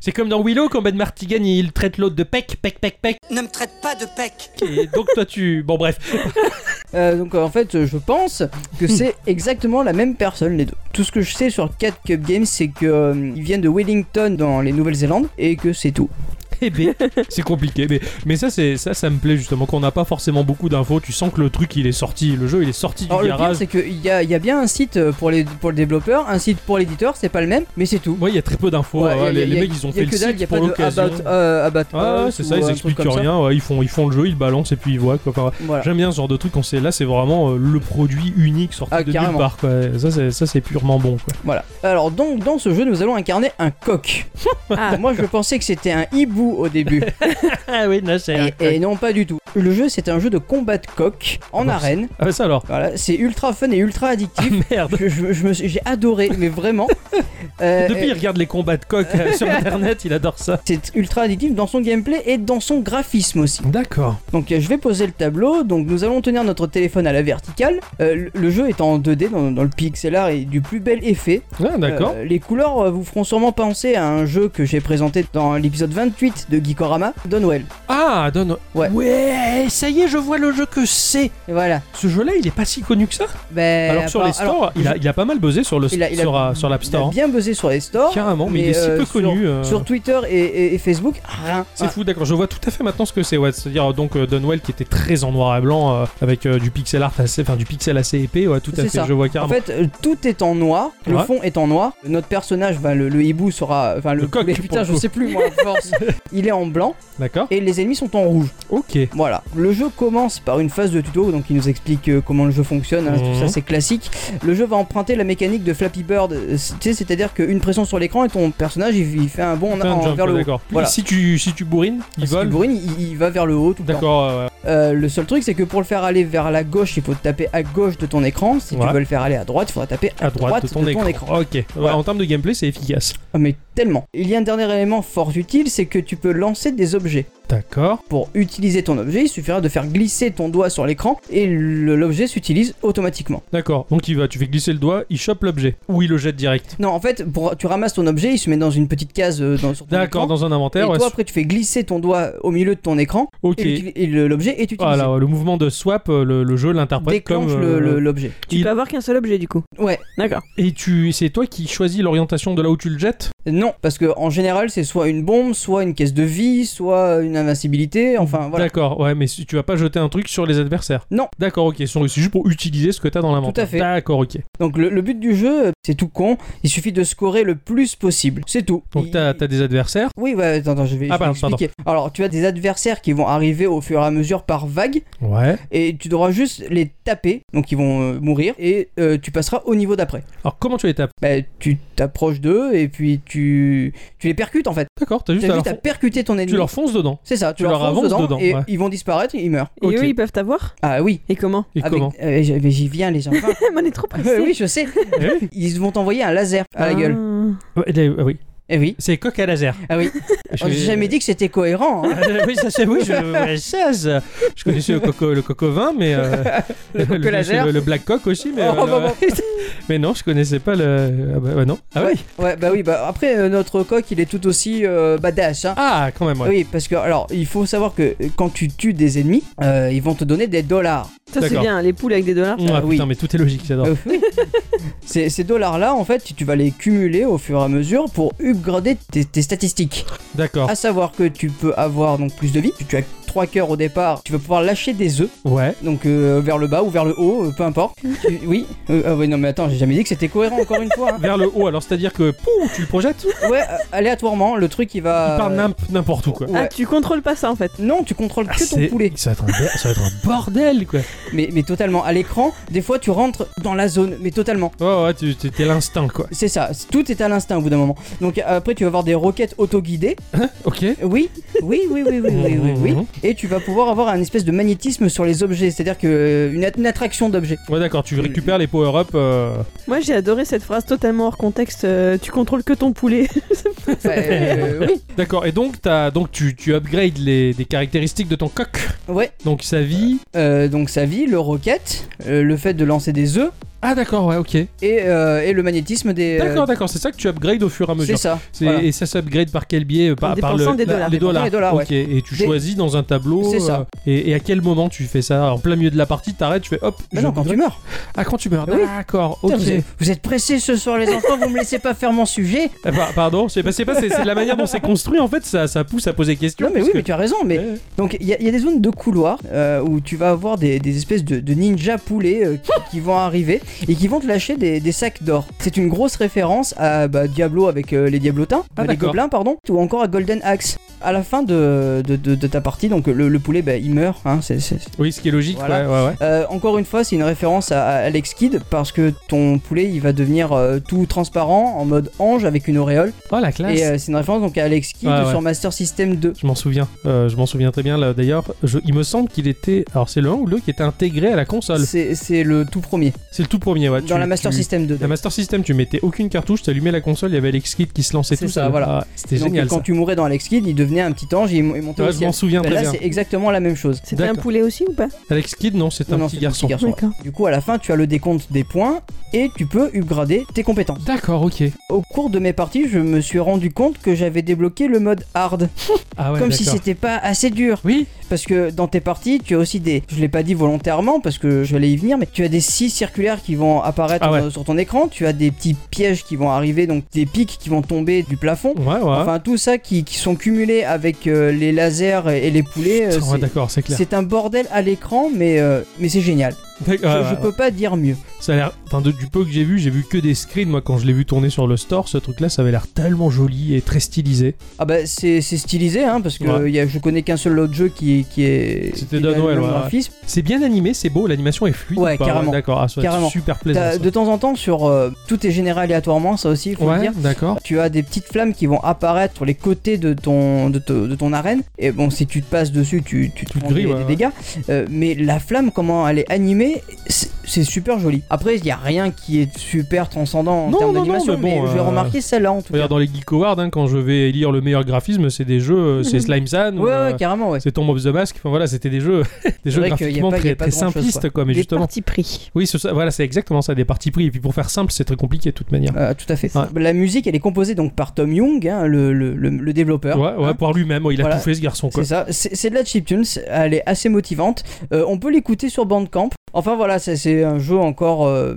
Speaker 2: C'est comme dans Willow quand Ben Martigan il traite l'autre de pec, pec, pec, pec.
Speaker 3: Ne me traite pas de pec.
Speaker 2: Et donc toi tu. Bon bref. [laughs]
Speaker 1: Euh, donc euh, en fait, euh, je pense que c'est exactement la même personne les deux. Tout ce que je sais sur Cat Cup Games, c'est que euh, ils viennent de Wellington dans les Nouvelles-Zélande et que c'est tout.
Speaker 2: Eh ben, c'est compliqué. Mais, mais ça, c'est ça, ça me plaît justement. Qu'on n'a pas forcément beaucoup d'infos. Tu sens que le truc il est sorti. Le jeu il est sorti du
Speaker 1: Alors le pire,
Speaker 2: garage.
Speaker 1: c'est qu'il y a, il y a bien un site euh, pour, les, pour le développeur, un site pour l'éditeur, c'est pas le même, mais c'est tout.
Speaker 2: Ouais, il y a très peu d'infos.
Speaker 1: Ouais,
Speaker 2: ouais,
Speaker 1: y a- y
Speaker 2: les,
Speaker 1: a-
Speaker 2: les
Speaker 1: y a-
Speaker 2: mecs ils ont
Speaker 1: y a
Speaker 2: fait le
Speaker 1: que dalle, y
Speaker 2: site
Speaker 1: a pas
Speaker 2: pour
Speaker 1: de
Speaker 2: l'occasion.
Speaker 1: About, euh, about
Speaker 2: Ah, ouais,
Speaker 1: Us
Speaker 2: c'est
Speaker 1: ou
Speaker 2: ça,
Speaker 1: un
Speaker 2: ils
Speaker 1: truc
Speaker 2: expliquent
Speaker 1: comme ça.
Speaker 2: rien, ouais, ils, font, ils font le jeu, ils balancent et puis ils voient quoi. Enfin,
Speaker 1: Voilà.
Speaker 2: J'aime bien ce genre de truc, on sait là c'est vraiment euh, le produit unique sorti
Speaker 1: Ah,
Speaker 2: de nulle
Speaker 1: carrément.
Speaker 2: part quoi. Ça c'est ça, c'est purement bon quoi.
Speaker 1: voilà. Alors donc dans ce jeu nous allons incarner un coq.
Speaker 4: Ah.
Speaker 1: Moi je pensais que c'était un hibou au début
Speaker 2: [laughs] Ah oui, là
Speaker 1: et, et non pas du tout. Le jeu c'est un jeu de combat de coq en
Speaker 2: Bon,
Speaker 1: arène.
Speaker 2: Ah ça [laughs] alors.
Speaker 1: Voilà, c'est ultra fun et ultra
Speaker 2: Ah [laughs]
Speaker 1: addictif.
Speaker 2: merde.
Speaker 1: Je- je- je me suis- J'ai adoré, mais vraiment. Euh,
Speaker 2: Depuis, il regarde les combats de coq
Speaker 1: [laughs]
Speaker 2: euh, sur internet, il adore ça.
Speaker 1: c'est ultra addictif dans son gameplay et dans son graphisme aussi.
Speaker 2: D'accord.
Speaker 1: Donc euh, je vais poser le tableau, donc nous allons tenir notre téléphone à la verticale. Euh, le- le jeu est en 2D dans, dans le pixel art et du plus bel effet.
Speaker 2: Ah, d'accord.
Speaker 1: Euh, les couleurs euh, vous feront sûrement penser à un jeu que j'ai présenté dans l'épisode 28 de Geekorama, Donwell.
Speaker 2: Ah, donne.
Speaker 1: Ouais.
Speaker 2: Ouais, ça y est, je vois le jeu que c'est.
Speaker 1: Et Voilà.
Speaker 2: Ce jeu-là, il est pas si connu que ça.
Speaker 1: Ben,
Speaker 2: alors, sur
Speaker 1: appara-
Speaker 2: les stores,
Speaker 1: alors,
Speaker 2: il, a, il a pas mal buzzé sur, le,
Speaker 1: Il a- il a-
Speaker 2: sur, euh, sur l'App
Speaker 1: il a
Speaker 2: Store. hein.
Speaker 1: bien buzzé sur les stores.
Speaker 2: Carrément, mais, il est si
Speaker 1: euh,
Speaker 2: peu
Speaker 1: sur-
Speaker 2: connu. euh,
Speaker 1: Sur Twitter et, et- et Facebook, rien.
Speaker 2: C'est
Speaker 1: Ah,
Speaker 2: fou, d'accord, je vois tout à fait maintenant ce que c'est. Ouais, c'est-à-dire euh, donc euh, Dunwell qui était très en noir et blanc euh, avec euh, du pixel art assez, enfin du pixel assez épais, ouais, tout à
Speaker 1: C'est
Speaker 2: fait,
Speaker 1: ça.
Speaker 2: je vois
Speaker 1: En
Speaker 2: carrément.
Speaker 1: fait, euh, tout est en noir, le
Speaker 2: Ouais.
Speaker 1: fond est en noir. Notre personnage, ben, le, le hibou sera. Enfin, le,
Speaker 2: Le coq,
Speaker 1: mais
Speaker 2: pour
Speaker 1: putain,
Speaker 2: le
Speaker 1: je
Speaker 2: coup.
Speaker 1: sais plus, moi, à
Speaker 2: [laughs]
Speaker 1: force. il est en blanc
Speaker 2: D'accord.
Speaker 1: et les ennemis sont en rouge.
Speaker 2: Ok.
Speaker 1: Voilà, le jeu commence par une phase de tuto, donc il nous explique euh, comment le jeu fonctionne, hein, tout
Speaker 2: Mhm.
Speaker 1: ça c'est classique. Le jeu va emprunter la mécanique de Flappy Bird, euh, c- tu sais, c'est-à-dire qu'une pression sur l'écran et ton personnage il, il fait un bond en,
Speaker 2: Putain,
Speaker 1: en-
Speaker 2: jump,
Speaker 1: vers le haut.
Speaker 2: d'accord. Puis
Speaker 1: Voilà. Ah,
Speaker 2: Si tu si tu bourrines, ils
Speaker 1: Parce que
Speaker 2: volent.
Speaker 1: Bourrine, il, il va vers le haut tout le temps.
Speaker 2: D'accord. ouais, ouais.
Speaker 1: Euh, le seul truc, c'est que pour le faire aller vers la gauche, il faut taper à gauche de ton écran. Si
Speaker 2: Ouais.
Speaker 1: tu veux le faire aller à droite, il faudra taper à,
Speaker 2: à droite, de ton, écran. Ok. Ouais,
Speaker 1: Voilà.
Speaker 2: En termes de gameplay, c'est efficace.
Speaker 1: Ah, mais tellement. Il y a un dernier élément fort utile, c'est que tu peux lancer des objets.
Speaker 2: D'accord.
Speaker 1: Pour utiliser ton objet, il suffira de faire glisser ton doigt sur l'écran et le- l'objet s'utilise automatiquement.
Speaker 2: D'accord. Donc il va, tu fais glisser le doigt, il chope l'objet. Ou il le jette direct.
Speaker 1: Non, en fait, pour- tu ramasses ton objet, il se met dans une petite case euh, dans, sur ton
Speaker 2: D'accord,
Speaker 1: écran.
Speaker 2: dans un inventaire.
Speaker 1: et
Speaker 2: ouais,
Speaker 1: toi, après, tu fais glisser ton doigt au milieu de ton écran
Speaker 2: ok.
Speaker 1: et l'util- et le- l'objet est utilisé.
Speaker 2: Voilà, ouais, le mouvement de swap, euh, le, le jeu l'interprète comme.
Speaker 1: Déclenche
Speaker 2: euh,
Speaker 1: le- le- l'objet.
Speaker 4: Tu
Speaker 2: Il-
Speaker 4: peux avoir qu'un seul objet du coup.
Speaker 1: Ouais.
Speaker 4: D'accord.
Speaker 2: Et tu, c'est toi qui choisis l'orientation de là où tu le jettes.
Speaker 1: Non, parce que en général, c'est soit une bombe, soit une caisse de vie, soit une invincibilité, enfin voilà.
Speaker 2: Mmh, D'accord. Ouais, mais si- tu vas pas jeter un truc sur les adversaires.
Speaker 1: Non.
Speaker 2: D'accord, ok. C'est juste pour utiliser ce que t'as dans l'inventaire.
Speaker 1: Tout à fait.
Speaker 2: D'accord, ok.
Speaker 1: Donc le, le but du jeu, c'est tout con, il suffit de scorer le plus possible, c'est tout.
Speaker 2: Donc
Speaker 1: Il-
Speaker 2: t'as as des adversaires.
Speaker 1: Oui, bah, attends, attends, je vais, je
Speaker 2: Ah,
Speaker 1: vais
Speaker 2: pardon,
Speaker 1: expliquer. Alors, tu as des adversaires qui vont arriver au fur et à mesure par vague,
Speaker 2: Ouais.
Speaker 1: et tu devras juste les taper, donc ils vont euh, mourir, et euh, tu passeras au niveau d'après.
Speaker 2: Alors comment tu les tapes
Speaker 1: Bah, tu t'approches d'eux, et puis tu, tu les percutes en fait.
Speaker 2: D'accord. T'as juste
Speaker 1: Tu
Speaker 2: à
Speaker 1: as
Speaker 2: leur
Speaker 1: juste à
Speaker 2: fon-
Speaker 1: percuter ton ennemi.
Speaker 2: tu leur fonces dedans.
Speaker 1: C'est ça, tu, leur, avances dedans, et ils vont disparaître, ils meurent.
Speaker 4: Et
Speaker 2: Ok.
Speaker 4: eux, ils peuvent t'avoir
Speaker 1: Ah oui,
Speaker 4: Et [laughs] comment
Speaker 2: Et
Speaker 1: avec-
Speaker 2: comment Ah,
Speaker 1: euh, j- mais j'y viens les
Speaker 2: [laughs]
Speaker 1: enfants.
Speaker 4: On est [laughs] trop pressé.
Speaker 1: Euh, oui, je sais.
Speaker 2: Eh oui.
Speaker 1: Ils vont t'envoyer un laser à la gueule.
Speaker 2: Ouais, les- ah oui.
Speaker 1: Eh oui.
Speaker 2: C'est coq à laser.
Speaker 1: Ah
Speaker 2: [laughs]
Speaker 1: oui. On n'a jamais dit que c'était cohérent. hein.
Speaker 2: Euh, oui, ça c'est oui, je, ouais, ça, ça. je connaissais le coco, le coco vin, mais euh,
Speaker 1: [laughs] Le coco laser.
Speaker 2: le, le black cock aussi, mais,
Speaker 1: [laughs] Oh,
Speaker 2: euh,
Speaker 1: bah,
Speaker 2: mais non, je connaissais pas le. Ah bah ouais, non. Ah oui.
Speaker 1: Ouais, bah oui, bah après euh, notre coq il est tout aussi euh, badass. Hein.
Speaker 2: Ah, quand même. Ouais.
Speaker 1: Oui, parce que alors il faut savoir que euh, quand tu tues des ennemis, euh, ils vont te donner des dollars.
Speaker 4: Ça, c'est
Speaker 2: D'accord.
Speaker 4: bien, les poules avec des dollars.
Speaker 2: Ah,
Speaker 1: Ah, oui.
Speaker 2: putain, mais tout est logique, j'adore.
Speaker 1: Euh,
Speaker 2: [laughs]
Speaker 1: oui. ces, ces dollars là, en fait, tu tu vas les cumuler au fur et à mesure pour upgrader tes, tes statistiques.
Speaker 2: D'accord.
Speaker 1: À savoir que tu peux avoir donc plus de vie. Tu- Tu as 3 cœurs au départ. Tu vas pouvoir lâcher des œufs.
Speaker 2: Ouais.
Speaker 1: Donc euh, vers le bas ou vers le haut, euh, peu
Speaker 2: [laughs]
Speaker 1: importe. Tu- oui. Euh, ah ouais, non mais attends, j'ai jamais dit que c'était cohérent encore une fois.
Speaker 2: Vers le haut, alors c'est-à-dire que pouh, tu le projettes,
Speaker 1: hein. Ouais, euh, aléatoirement, le truc il
Speaker 2: il
Speaker 1: va.
Speaker 2: part n'im- n'importe où quoi.
Speaker 1: Ouais.
Speaker 4: Ah, tu contrôles pas ça en fait.
Speaker 1: Non, tu contrôles
Speaker 2: Ah,
Speaker 1: que ton
Speaker 2: c'est-
Speaker 1: poulet,
Speaker 2: Ça va, être un, bo- ça va être un bordel quoi.
Speaker 1: mais, mais totalement à l'écran. Des fois, tu rentres dans la zone, mais totalement.
Speaker 2: Oh ouais, tu- tu- t'es l'instinct quoi.
Speaker 1: C'est ça, c'est- tout est à l'instinct au bout d'un moment. Donc euh, après, tu vas avoir des roquettes auto-guidées.
Speaker 2: Hein, Ok.
Speaker 1: Oui, oui, oui, oui, oui, oui, oui, oui.
Speaker 2: Mhm.
Speaker 1: [laughs] Et tu vas pouvoir avoir un espèce de magnétisme sur les objets, c'est-à-dire que euh, une, att- une attraction [laughs] d'objets.
Speaker 2: Ouais, d'accord, tu récupères les power-up. euh,
Speaker 4: Moi, j'ai adoré cette phrase totalement hors contexte. euh, tu contrôles que ton poulet. [laughs]
Speaker 1: Enfin, euh, oui,
Speaker 2: D'accord, et donc, t'as- donc tu, tu upgrades les, des caractéristiques de ton coq.
Speaker 1: ouais.
Speaker 2: Donc sa vie.
Speaker 1: Euh, donc sa vie, le roquette, euh, le fait de lancer des œufs.
Speaker 2: Ah d'accord, ouais, ok.
Speaker 1: et, euh, et le magnétisme des. euh,
Speaker 2: D'accord, d'accord, c'est ça que tu upgrades au fur et à mesure.
Speaker 1: c'est ça.
Speaker 2: C'est-
Speaker 1: voilà.
Speaker 2: Et ça s'upgrade par quel biais euh, par,
Speaker 4: En
Speaker 2: par
Speaker 4: dépensant
Speaker 2: le-
Speaker 4: des
Speaker 2: la-
Speaker 4: dollars.
Speaker 2: Les
Speaker 1: En dépensant
Speaker 2: dollars.
Speaker 1: les dollars,
Speaker 2: ok, et tu
Speaker 1: Des-
Speaker 2: choisis dans un tableau.
Speaker 1: C'est ça.
Speaker 2: euh, et, et à quel moment tu fais ça En plein milieu de la partie, t'arrêtes, tu fais hop.
Speaker 1: Mais
Speaker 2: je
Speaker 1: non, quand
Speaker 2: upgrade.
Speaker 1: tu meurs.
Speaker 2: Ah, quand tu meurs.
Speaker 1: Oui.
Speaker 2: D'accord, ok.
Speaker 1: Putain, vous, êtes, vous êtes pressés ce soir, les enfants, vous me laissez pas faire mon sujet.
Speaker 2: Ah, par- pardon, je sais pas, c'est pas, c'est c'est la manière dont c'est construit en fait, ça, ça pousse à poser question.
Speaker 1: Non, mais oui,
Speaker 2: parce
Speaker 1: mais
Speaker 2: que-
Speaker 1: tu as raison. Mais
Speaker 2: Ouais.
Speaker 1: donc, il y, a- il y a des zones de couloir euh, où tu vas avoir des, des espèces de, de ninjas poulets euh, qui, qui vont arriver et qui vont te lâcher des, des sacs d'or. C'est une grosse référence à bah, Diablo avec euh, les Diablotins, euh,
Speaker 2: Ah,
Speaker 1: les
Speaker 2: d'accord.
Speaker 1: Gobelins, pardon, ou encore à Golden Axe. À la fin de, de- de- de ta partie, donc le, le poulet, bah, il meurt. Hein, c'est- c'est-
Speaker 2: Oui, ce qui est logique,
Speaker 1: Voilà.
Speaker 2: ouais, ouais, ouais.
Speaker 1: Euh, encore une fois, c'est une référence à, à Alex Kidd parce que ton poulet il va devenir euh, tout transparent en mode ange avec une auréole.
Speaker 2: Oh la classe.
Speaker 1: Et euh, c'est une référence donc à Alex Kidd
Speaker 2: Ouais, ouais.
Speaker 1: sur Master System 2.
Speaker 2: Je m'en souviens, Euh, je m'en souviens très bien là. D'ailleurs, je- il me semble qu'il était, alors c'est le 1 ou le 2 qui était intégré à la console.
Speaker 1: C'est c'est le tout premier
Speaker 2: C'est le tout premier, ouais.
Speaker 1: dans
Speaker 2: Bah, tu-
Speaker 1: la Master
Speaker 2: tu-
Speaker 1: System 2.
Speaker 2: La Master System, tu mettais aucune cartouche, t'allumais la console, il y avait Alex Kidd qui se lançait
Speaker 1: C'est
Speaker 2: tout
Speaker 1: ça,
Speaker 2: seul.
Speaker 1: voilà.
Speaker 2: Ah, C'était
Speaker 1: Donc,
Speaker 2: génial.
Speaker 1: quand
Speaker 2: ça.
Speaker 1: tu mourais dans Alex Kidd, il devenait un petit ange et il il montait
Speaker 2: Ouais,
Speaker 1: au
Speaker 2: je
Speaker 1: ciel.
Speaker 2: m'en souviens
Speaker 1: Ben là,
Speaker 2: très bien.
Speaker 1: c'est exactement la même chose.
Speaker 4: C'était un
Speaker 2: D'accord.
Speaker 4: poulet aussi ou pas
Speaker 2: Alex Kidd, non, c'est un
Speaker 1: Non,
Speaker 2: petit
Speaker 1: c'est un
Speaker 2: garçon.
Speaker 1: petit garçon.
Speaker 4: D'accord.
Speaker 1: Du coup, à la fin, tu as le décompte des points et tu peux upgrader tes compétences.
Speaker 2: D'accord, ok.
Speaker 1: Au cours de mes parties, je me suis rendu compte que j'avais débloqué le mode hard,
Speaker 2: Ah ouais,
Speaker 1: comme si
Speaker 2: d'accord.
Speaker 1: c'était pas assez dur.
Speaker 2: Oui,
Speaker 1: Parce que dans tes parties, tu as aussi des. Je l'ai pas dit volontairement parce que je vais y venir, mais tu as des scies circulaires qui vont apparaître
Speaker 2: Ah ouais.
Speaker 1: euh, sur ton écran. Tu as des petits pièges qui vont arriver, donc des pics qui vont tomber du plafond.
Speaker 2: ouais, ouais.
Speaker 1: Enfin, tout ça qui, qui sont cumulés avec euh, les lasers et, et les poulets. euh,
Speaker 2: Putain, ouais,
Speaker 1: c'est-
Speaker 2: d'accord, c'est clair.
Speaker 1: c'est un bordel à l'écran, mais, euh, mais c'est génial.
Speaker 2: D'accord,
Speaker 1: je
Speaker 2: ouais,
Speaker 1: je
Speaker 2: ouais,
Speaker 1: peux pas dire mieux.
Speaker 2: ouais. Ça a l'air. Enfin, Enfin, de- du peu que j'ai vu, j'ai vu que des screens. Moi, quand je l'ai vu tourner sur le store, ce truc-là, ça avait l'air tellement joli et très stylisé.
Speaker 1: Ah bah c'est c'est stylisé, hein, parce que
Speaker 2: Ouais.
Speaker 1: euh, y a, je connais qu'un seul autre jeu qui, qui est...
Speaker 2: C'était
Speaker 1: qui
Speaker 2: Don
Speaker 1: a le
Speaker 2: Noël,
Speaker 1: même
Speaker 2: ouais, ouais.
Speaker 1: graphisme.
Speaker 2: C'est bien animé, c'est beau, l'animation est fluide.
Speaker 1: Ouais,
Speaker 2: ou pas
Speaker 1: carrément.
Speaker 2: D'accord, ah, ça doit être
Speaker 1: Carrément.
Speaker 2: super plaisant.
Speaker 1: T'as-
Speaker 2: ça.
Speaker 1: De temps en temps, sur euh, tout est généré aléatoirement, ça aussi, il faut le
Speaker 2: Ouais,
Speaker 1: dire.
Speaker 2: d'accord.
Speaker 1: Tu as des petites flammes qui vont apparaître sur les côtés de ton, de te- de ton arène. Et bon, si tu te passes dessus, tu, tu te
Speaker 2: Tout
Speaker 1: prends
Speaker 2: gris,
Speaker 1: des,
Speaker 2: ouais,
Speaker 1: des
Speaker 2: ouais.
Speaker 1: dégâts. Euh, mais la flamme, comment elle est animée, c'est c'est super joli. Après, il n'y a rien qui est super transcendant en
Speaker 2: Non,
Speaker 1: termes
Speaker 2: non, non,
Speaker 1: d'animation,
Speaker 2: mais
Speaker 1: mais,
Speaker 2: bon,
Speaker 1: je vais
Speaker 2: euh,
Speaker 1: remarquer celle-là en tout cas.
Speaker 2: Regarde dans les Geek Awards, hein, quand je vais élire le meilleur graphisme, c'est des jeux, euh, c'est Slime San,
Speaker 1: Mhm. Ouais,
Speaker 2: ou,
Speaker 1: ouais,
Speaker 2: euh,
Speaker 1: carrément, ouais.
Speaker 2: c'est Tomb of the Mask. Enfin voilà, c'était des jeux, [laughs] des jeux
Speaker 1: vrai qu'il y a
Speaker 2: graphiquement
Speaker 1: pas- il y a
Speaker 2: très,
Speaker 1: pas
Speaker 2: très
Speaker 1: grand-chose,
Speaker 2: simplistes, quoi. Mais
Speaker 4: Des
Speaker 2: justement,
Speaker 4: partis pris.
Speaker 2: oui, c'est ça, voilà, c'est exactement ça, des parties pris. Et puis pour faire simple, c'est très compliqué de toute manière.
Speaker 1: Euh, tout à fait.
Speaker 2: Ouais.
Speaker 1: La musique, elle est composée donc par Tom Young, hein, le, le- le- le développeur.
Speaker 2: Ouais, ouais,
Speaker 1: hein.
Speaker 2: par lui-même, il a
Speaker 1: Voilà.
Speaker 2: tout fait ce garçon, quoi.
Speaker 1: C'est ça, c'est c'est de la chiptune, c'est- elle est assez motivante. Euh, on peut l'écouter sur Bandcamp. Enfin voilà, ça, c'est un jeu encore. euh,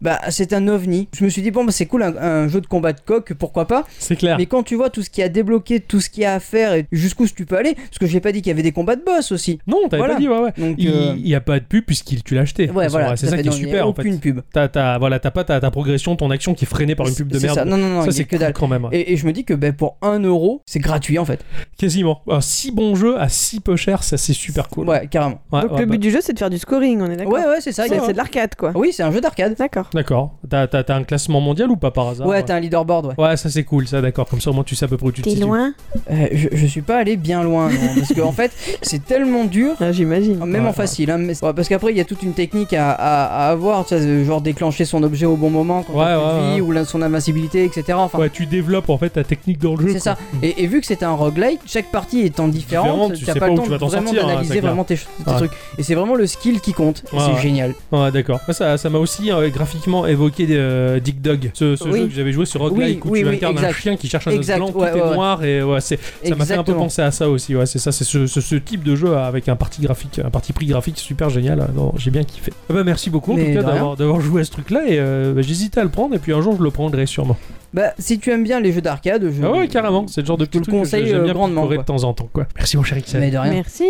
Speaker 1: Bah, c'est un ovni. Je me suis dit, bon, bah, c'est cool, un, un jeu de combat de coq, pourquoi pas.
Speaker 2: C'est clair.
Speaker 1: Mais quand tu vois tout ce qu'il y a débloqué, tout ce qu'il y a à faire et jusqu'où tu peux aller, parce que j'ai pas dit qu'il y avait des combats de boss aussi.
Speaker 2: Non, t'avais
Speaker 1: Voilà.
Speaker 2: pas dit, ouais, ouais.
Speaker 1: Donc, euh,
Speaker 2: Il n'y a pas de pub puisqu'il tu l'as acheté. De toute
Speaker 1: ouais,
Speaker 2: façon,
Speaker 1: voilà,
Speaker 2: c'est
Speaker 1: tout à
Speaker 2: ça
Speaker 1: fait,
Speaker 2: qui est
Speaker 1: non, il y a
Speaker 2: super en fait.
Speaker 1: aucune pub.
Speaker 2: T'as, t'as- voilà, t'as pas ta, ta progression, ton action qui est freinée par une pub de
Speaker 1: C'est
Speaker 2: merde.
Speaker 1: ça. Non, non, non, il y a
Speaker 2: c'est
Speaker 1: que
Speaker 2: cool
Speaker 1: dalle.
Speaker 2: quand même.
Speaker 1: Et, et je me dis que ben, pour 1 euro, c'est gratuit en fait.
Speaker 2: Quasiment. Un si bon jeu à si peu cher, ça c'est super cool.
Speaker 1: Ouais, carrément.
Speaker 2: Ouais,
Speaker 4: Donc
Speaker 2: ouais,
Speaker 4: le but
Speaker 2: bah,
Speaker 4: du jeu, c'est de faire du scoring, on est d'accord
Speaker 1: Ouais, ouais, c'est ça. il y
Speaker 4: C'est
Speaker 1: a-
Speaker 4: c'est de l'arcade, quoi.
Speaker 1: Oui, c'est un jeu d'arcade.
Speaker 4: D'accord.
Speaker 2: D'accord. T'as, t'as- t'as un classement mondial ou pas par hasard euh
Speaker 1: Ouais, t'as un leaderboard, ouais.
Speaker 2: Ouais, ça c'est cool, ça d'accord. Comme ça au moins tu sais à peu près où tu te
Speaker 4: T'es
Speaker 2: situes.
Speaker 4: loin
Speaker 1: Euh, je, je suis pas allé bien loin, non, parce que en fait, c'est tellement dur.
Speaker 4: Ah, J'imagine.
Speaker 1: Même
Speaker 2: Ouais,
Speaker 1: en facile, hein, mais- ouais, parce qu'après il y a toute une technique à, à- à avoir, tu sais, euh, genre déclencher son objet au bon moment quand
Speaker 2: Ouais,
Speaker 1: on
Speaker 2: ouais, ouais.
Speaker 1: ou la- son invincibilité, etc. Enfin,
Speaker 2: Ouais, tu développes en fait ta technique dans le jeu.
Speaker 1: c'est
Speaker 2: quoi.
Speaker 1: ça. Et, et vu que c'est un roguelike, chaque partie étant différente,
Speaker 2: Différente, tu
Speaker 1: t'as
Speaker 2: sais
Speaker 1: pas
Speaker 2: pas
Speaker 1: le
Speaker 2: où
Speaker 1: temps
Speaker 2: tu vas t'en
Speaker 1: vraiment
Speaker 2: sortir, hein,
Speaker 1: d'analyser
Speaker 2: c'est clair.
Speaker 1: vraiment tes, ch- tes
Speaker 2: Ouais.
Speaker 1: trucs. Et c'est vraiment le skill qui compte. et
Speaker 2: Ouais,
Speaker 1: c'est
Speaker 2: ouais.
Speaker 1: génial.
Speaker 2: Ouais, d'accord. Ouais, Ça, ça m'a aussi euh, graphiquement évoqué euh, Dick Dog, ce, ce
Speaker 1: Oui.
Speaker 2: jeu que j'avais joué sur Rock
Speaker 1: Oui,
Speaker 2: Like où
Speaker 1: oui,
Speaker 2: tu
Speaker 1: oui,
Speaker 2: incarnes un
Speaker 1: exact.
Speaker 2: chien qui cherche un
Speaker 1: Exact,
Speaker 2: os blanc,
Speaker 1: ouais,
Speaker 2: tout est
Speaker 1: ouais, ouais.
Speaker 2: noir et ouais, c'est Ça m'a fait un peu
Speaker 1: Exactement.
Speaker 2: penser à ça aussi, ouais, c'est ça, c'est ce, ce- ce type de jeu avec un parti graphique, un parti pris graphique super génial. Ah Non, j'ai bien kiffé. Ah bah merci beaucoup en
Speaker 1: Mais
Speaker 2: tout cas
Speaker 1: de rien.
Speaker 2: d'avoir, d'avoir joué à ce truc-là et euh, bah, j'hésitais à le prendre et puis un jour je le prendrai sûrement.
Speaker 1: Bah, si tu aimes bien les jeux d'arcade, je.
Speaker 2: Ah ouais, carrément, c'est le genre de
Speaker 1: je te
Speaker 2: petit
Speaker 1: le
Speaker 2: truc que
Speaker 1: conseille,
Speaker 2: j'aime
Speaker 1: euh,
Speaker 2: bien
Speaker 1: grandement,
Speaker 2: picorer de
Speaker 1: quoi.
Speaker 2: temps en temps quoi. Merci mon cher Ixel.
Speaker 1: Mais de rien.
Speaker 4: Merci.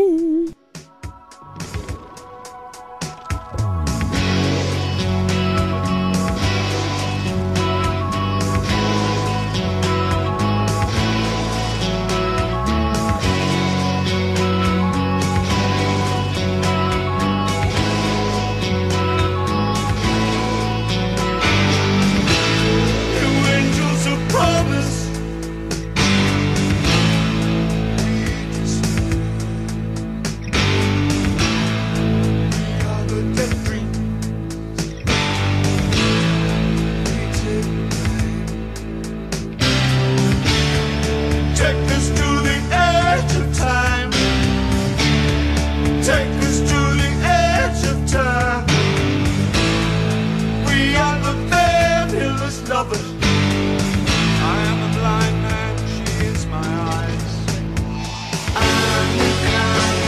Speaker 3: angels of promise. We are the dead dreams. We take time. Take us to the edge of time. Take us to the edge of time. We are the fabulous lovers. I am a blind man, she is my eyes. I'm the clown.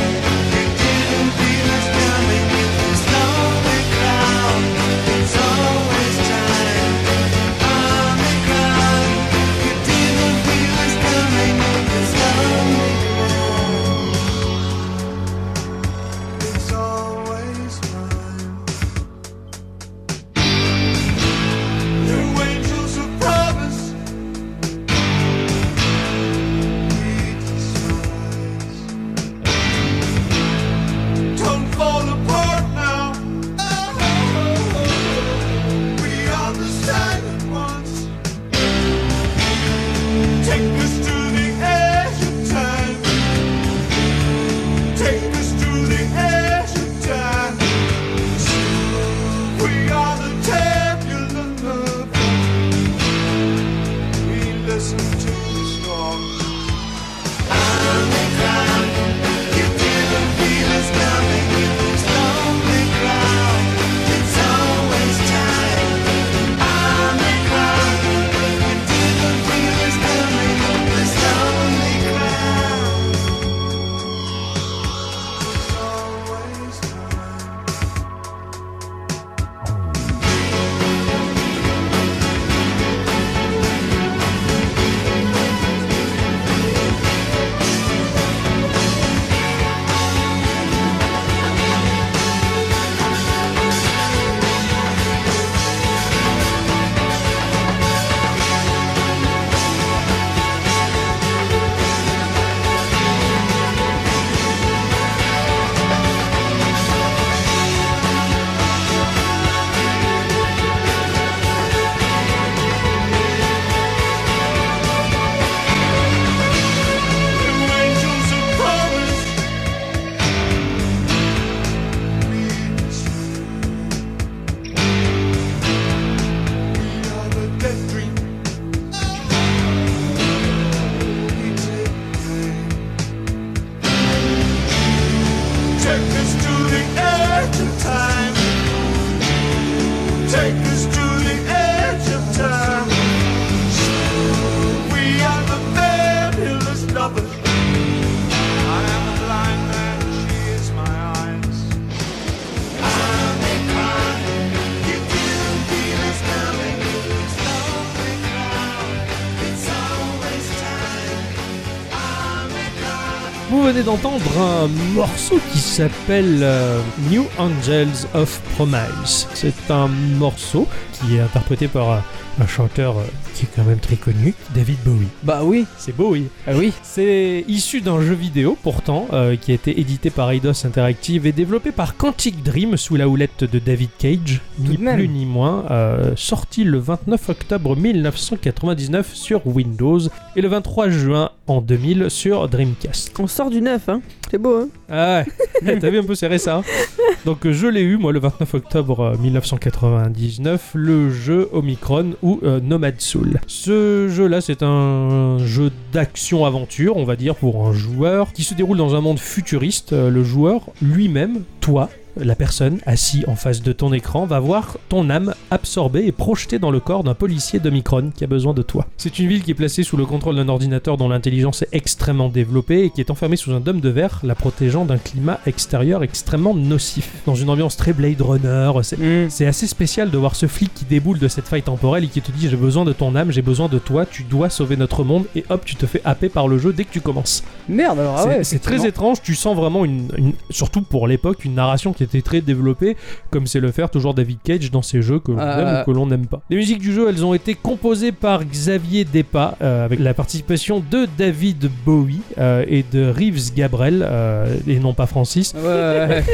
Speaker 3: You didn't feel us coming. It's no the clown. It's always time. I'm the clown. You didn't feel us coming. It's no the clown. It's always time. New angels of promise. Don't fall apart now. We are the silent ones. Take us to the edge of time. Take us to the edge of time. We are the tabular lovers. We listen to the storm.
Speaker 2: Vous venez d'entendre un morceau qui s'appelle euh, New Angels of Promise. C'est un morceau qui est interprété par un, un chanteur euh, qui est quand même très connu, David Bowie.
Speaker 1: Bah oui,
Speaker 2: C'est Bowie.
Speaker 1: ah oui.
Speaker 2: C'est issu d'un jeu vidéo pourtant euh, qui a été édité par Eidos Interactive et développé par Quantic Dream sous la houlette de David Cage, ni
Speaker 1: de même.
Speaker 2: plus ni moins, euh, sorti le 29 octobre 1999 sur Windows et le 23 juin en 2000 sur Dreamcast.
Speaker 4: On sort du neuf, hein. C'est beau, hein.
Speaker 2: Ah ouais, t'as vu un peu serré ça. hein Donc euh, je l'ai eu moi le 29 octobre euh, 1999, le jeu Omicron ou euh, Nomad Soul. Ce jeu-là, c'est un jeu d'action-aventure, on va dire, pour un joueur qui se déroule dans un monde futuriste. Euh, Le joueur lui-même, toi, la personne assise en face de ton écran va voir ton âme absorbée et projetée dans le corps d'un policier d'Omicron qui a besoin de toi. C'est une ville qui est placée sous le contrôle d'un ordinateur dont l'intelligence est extrêmement développée et qui est enfermée sous un dôme de verre la protégeant d'un climat extérieur extrêmement nocif. Dans une ambiance très Blade Runner, c'est
Speaker 1: Hmm.
Speaker 2: c'est assez spécial de voir ce flic qui déboule de cette faille temporelle et qui te dit j'ai besoin de ton âme, j'ai besoin de toi, tu dois sauver notre monde et hop tu te fais happer par le jeu dès que tu commences.
Speaker 1: Merde alors ah
Speaker 2: C'est-
Speaker 1: ouais.
Speaker 2: c'est très
Speaker 1: effectivement.
Speaker 2: étrange, tu sens vraiment, une, une- surtout pour l'époque, une narration qui était très développée, comme c'est le faire toujours David Cage dans ses jeux que l'on
Speaker 1: Ah.
Speaker 2: aime ou que l'on n'aime pas. Les musiques du jeu, elles ont été composées par Xavier Despas, euh, avec la participation de David Bowie euh, et de Reeves Gabrel, euh, et non pas Francis,
Speaker 1: Ouais, ouais,
Speaker 2: [laughs]
Speaker 1: ouais.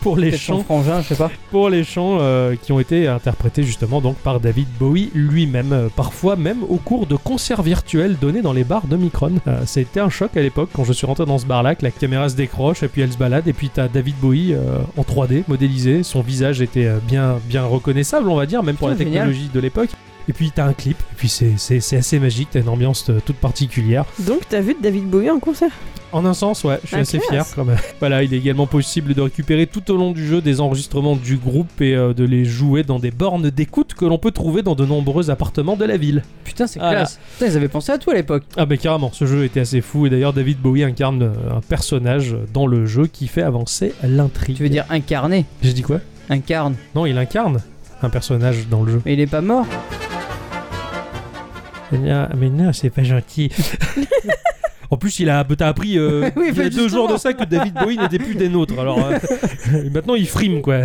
Speaker 2: pour les
Speaker 1: Peut-être son
Speaker 2: chants
Speaker 1: frangin, je sais pas.
Speaker 2: pour les chants euh, qui ont été interprétés justement donc par David Bowie lui-même, euh, parfois même au cours de concerts virtuels donnés dans les bars de Micron. Euh, C'était un choc à l'époque quand je suis rentré dans ce bar-là, que la caméra se décroche et puis elle se balade et puis t'as David Bowie euh, en 3D modélisé, son visage était euh, bien bien reconnaissable on va dire, même pour la
Speaker 1: Putain, génial.
Speaker 2: technologie de l'époque. Et puis t'as un clip, et puis c'est- c'est c'est assez magique, t'as une ambiance euh, toute particulière.
Speaker 4: Donc, t'as vu David Bowie en concert
Speaker 2: En un sens, ouais, je suis
Speaker 4: Ah,
Speaker 2: assez fier
Speaker 4: classe.
Speaker 2: quand même. [laughs] Voilà, il est également possible de récupérer tout au long du jeu des enregistrements du groupe et euh, de les jouer dans des bornes d'écoute que l'on peut trouver dans de nombreux appartements de la ville.
Speaker 1: Putain, c'est
Speaker 2: Ah là.
Speaker 1: classe. Putain, ils avaient pensé à tout à l'époque.
Speaker 2: Ah bah carrément, ce jeu était assez fou et d'ailleurs David Bowie incarne euh, un personnage dans le jeu qui fait avancer l'intrigue.
Speaker 1: Tu veux dire incarné,
Speaker 2: J'ai dit quoi
Speaker 1: incarne.
Speaker 2: Non, il incarne un personnage dans le jeu.
Speaker 1: Mais il est pas mort.
Speaker 2: Ah, mais non, c'est pas gentil. [laughs] En plus, il a, t'as appris [laughs] euh,
Speaker 1: Oui,
Speaker 2: il y
Speaker 1: bah,
Speaker 2: a deux
Speaker 1: justement.
Speaker 2: jours de ça que David Bowie n'était plus des nôtres. Alors euh, [laughs] maintenant, il frime quoi.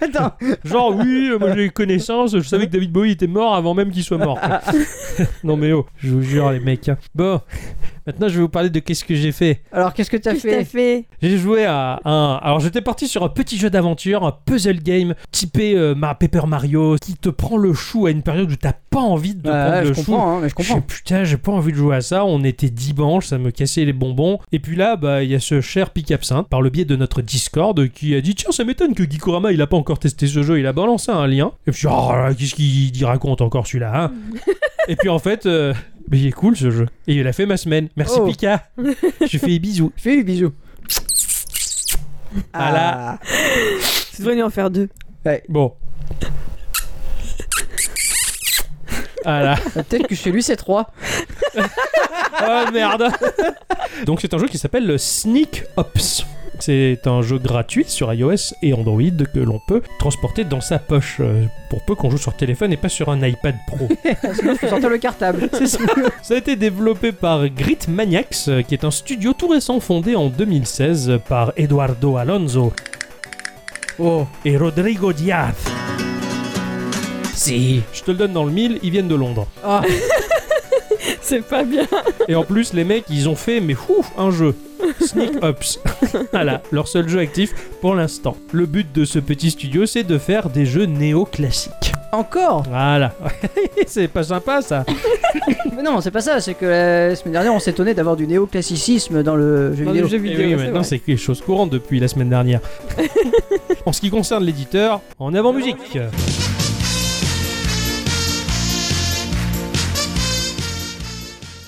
Speaker 1: Attends.
Speaker 2: Genre, [laughs] oui, euh, moi j'ai eu connaissance, je savais que David Bowie était mort avant même qu'il soit mort. quoi. [laughs] non mais oh, je vous jure les mecs. hein. Bon, [laughs] maintenant je vais vous parler de qu'est-ce que j'ai fait.
Speaker 1: Alors qu'est-ce que t'as
Speaker 4: Qu'est-ce que t'as
Speaker 1: fait
Speaker 4: fait
Speaker 2: J'ai joué à un... Alors j'étais parti sur un petit jeu d'aventure, un puzzle game typé euh, ma Paper Mario, qui te prend le chou à une période où t'as pas envie de
Speaker 1: Ouais,
Speaker 2: prendre
Speaker 1: ouais,
Speaker 2: le
Speaker 1: Je
Speaker 2: chou.
Speaker 1: comprends, hein, mais je
Speaker 2: Je
Speaker 1: comprends.
Speaker 2: fais, putain, j'ai pas envie de jouer à ça. On était 10 banches, ça me cassait les bonbons. Et puis là, bah, il y a ce cher Pic Absinthe, par le biais de notre Discord, qui a dit Tiens, ça m'étonne que Gikorama, il a pas encore testé ce jeu, il a balancé un lien. Et puis, oh, là, qu'est-ce qu'il dit, raconte encore celui-là hein Et puis en fait, euh, mais il est cool ce jeu. Et il a fait ma semaine. Merci
Speaker 1: Oh.
Speaker 2: Pika. Je fais des bisous.
Speaker 1: Fais lui bisous.
Speaker 2: Ah là.
Speaker 4: Tu devrais lui en faire deux.
Speaker 2: Bon. Ah là.
Speaker 1: Ah, Peut-être que chez lui c'est 3.
Speaker 2: Oh merde [laughs] Donc c'est un jeu qui s'appelle le Sneak Ops. C'est un jeu gratuit sur iOS et Android que l'on peut transporter dans sa poche, euh, pour peu qu'on joue sur téléphone et pas sur un iPad [laughs] Pro.
Speaker 1: Je peux sortir le cartable.
Speaker 2: C'est ça. Ça a été développé par Grit Maniacs, euh, qui est un studio tout récent fondé en 2016 par Eduardo Alonso
Speaker 1: Oh,
Speaker 2: et Rodrigo Diaz. Si, je te le donne dans le mille, ils viennent de Londres.
Speaker 1: ah,
Speaker 4: C'est pas bien.
Speaker 2: Et en plus, les mecs, ils ont fait, mais ouf, un jeu. Sneak
Speaker 4: [laughs]
Speaker 2: Ups. voilà, leur seul jeu actif pour l'instant. Le but de ce petit studio, c'est de faire des jeux néoclassiques.
Speaker 1: encore
Speaker 2: Voilà. [laughs] c'est pas sympa, ça.
Speaker 1: Mais non, c'est pas ça, c'est que la semaine dernière on s'étonnait d'avoir du néoclassicisme dans le jeu
Speaker 4: Dans le
Speaker 1: vidéo.
Speaker 4: jeu
Speaker 2: Eh
Speaker 4: vidéo.
Speaker 2: oui,
Speaker 4: c'est
Speaker 2: maintenant,
Speaker 4: vrai.
Speaker 2: c'est quelque chose courant depuis la semaine
Speaker 4: [laughs]
Speaker 2: dernière. en ce qui concerne l'éditeur, en avant musique.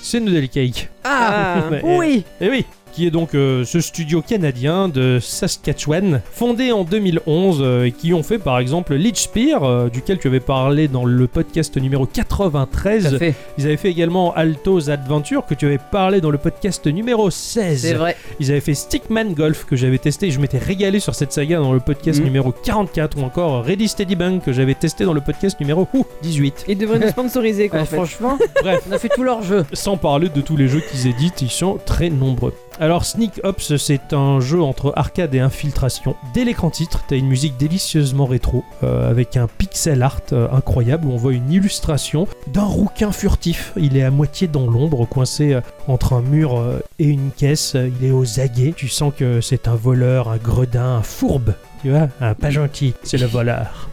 Speaker 2: C'est Noodle Cake.
Speaker 1: Ah,
Speaker 4: Ah,
Speaker 2: Ouais.
Speaker 1: Oui
Speaker 2: Et Eh oui qui est donc euh, ce studio canadien de Saskatchewan, fondé en 2011, euh, et qui ont fait par exemple Leech Spear, euh, duquel tu avais parlé dans le podcast numéro
Speaker 1: Tout à
Speaker 2: 93.
Speaker 1: fait,
Speaker 2: Ils avaient fait également Alto's Adventure, que tu avais parlé dans le podcast numéro 16.
Speaker 1: c'est vrai.
Speaker 2: Ils avaient fait Stickman Golf que j'avais testé et je m'étais régalé sur cette saga dans le podcast
Speaker 1: Mhm.
Speaker 2: numéro 44 ou encore Ready Steady Bang que j'avais testé dans le podcast numéro ouh,
Speaker 1: [laughs]
Speaker 2: 18.
Speaker 4: Ils devraient nous sponsoriser, quoi,
Speaker 1: Ouais,
Speaker 4: en fait.
Speaker 1: franchement,
Speaker 2: Bref.
Speaker 1: on a fait tout leur jeu.
Speaker 2: Sans parler de tous les jeux qu'ils éditent, ils sont très nombreux. Alors Sneak Ops, c'est un jeu entre arcade et infiltration. Dès l'écran titre, t'as une musique délicieusement rétro, euh, avec un pixel art euh, incroyable où on voit une illustration d'un rouquin furtif. Il est à moitié dans l'ombre, coincé euh, entre un mur euh, et une caisse. Il est aux aguets. Tu sens que c'est un voleur, un gredin, un fourbe. Tu vois, un pas gentil, c'est le voleur.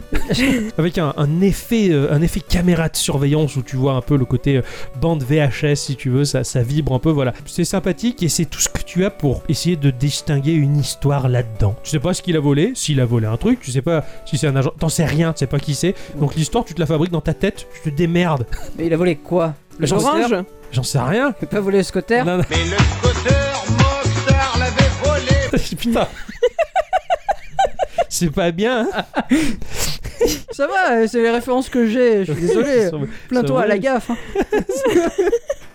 Speaker 2: Avec un, un effet, euh, un effet caméra de surveillance où tu vois un peu le côté euh, bande VHS si tu veux, ça, ça vibre un peu, voilà. C'est sympathique et c'est tout ce que tu as pour essayer de distinguer une histoire là-dedans. Tu sais pas ce qu'il a volé, s'il a volé un truc, tu sais pas si c'est un agent, t'en sais rien, tu sais pas qui c'est. Donc l'histoire, tu te la fabriques dans ta tête, tu te démerdes. [laughs]
Speaker 1: Mais il a volé quoi Le
Speaker 2: J'en
Speaker 1: scotter
Speaker 4: Orange
Speaker 2: J'en sais rien.
Speaker 1: Il a pas volé le scotter
Speaker 2: Non, non.
Speaker 3: Mais le scooter Moxar l'avait volé.
Speaker 2: [laughs]
Speaker 1: [laughs]
Speaker 2: Putain. c'est pas bien.
Speaker 1: Ah,
Speaker 2: hein
Speaker 1: Ça va, euh, c'est les références que j'ai, je
Speaker 2: [laughs]
Speaker 1: suis désolé. Plains-toi à la gaffe. hein.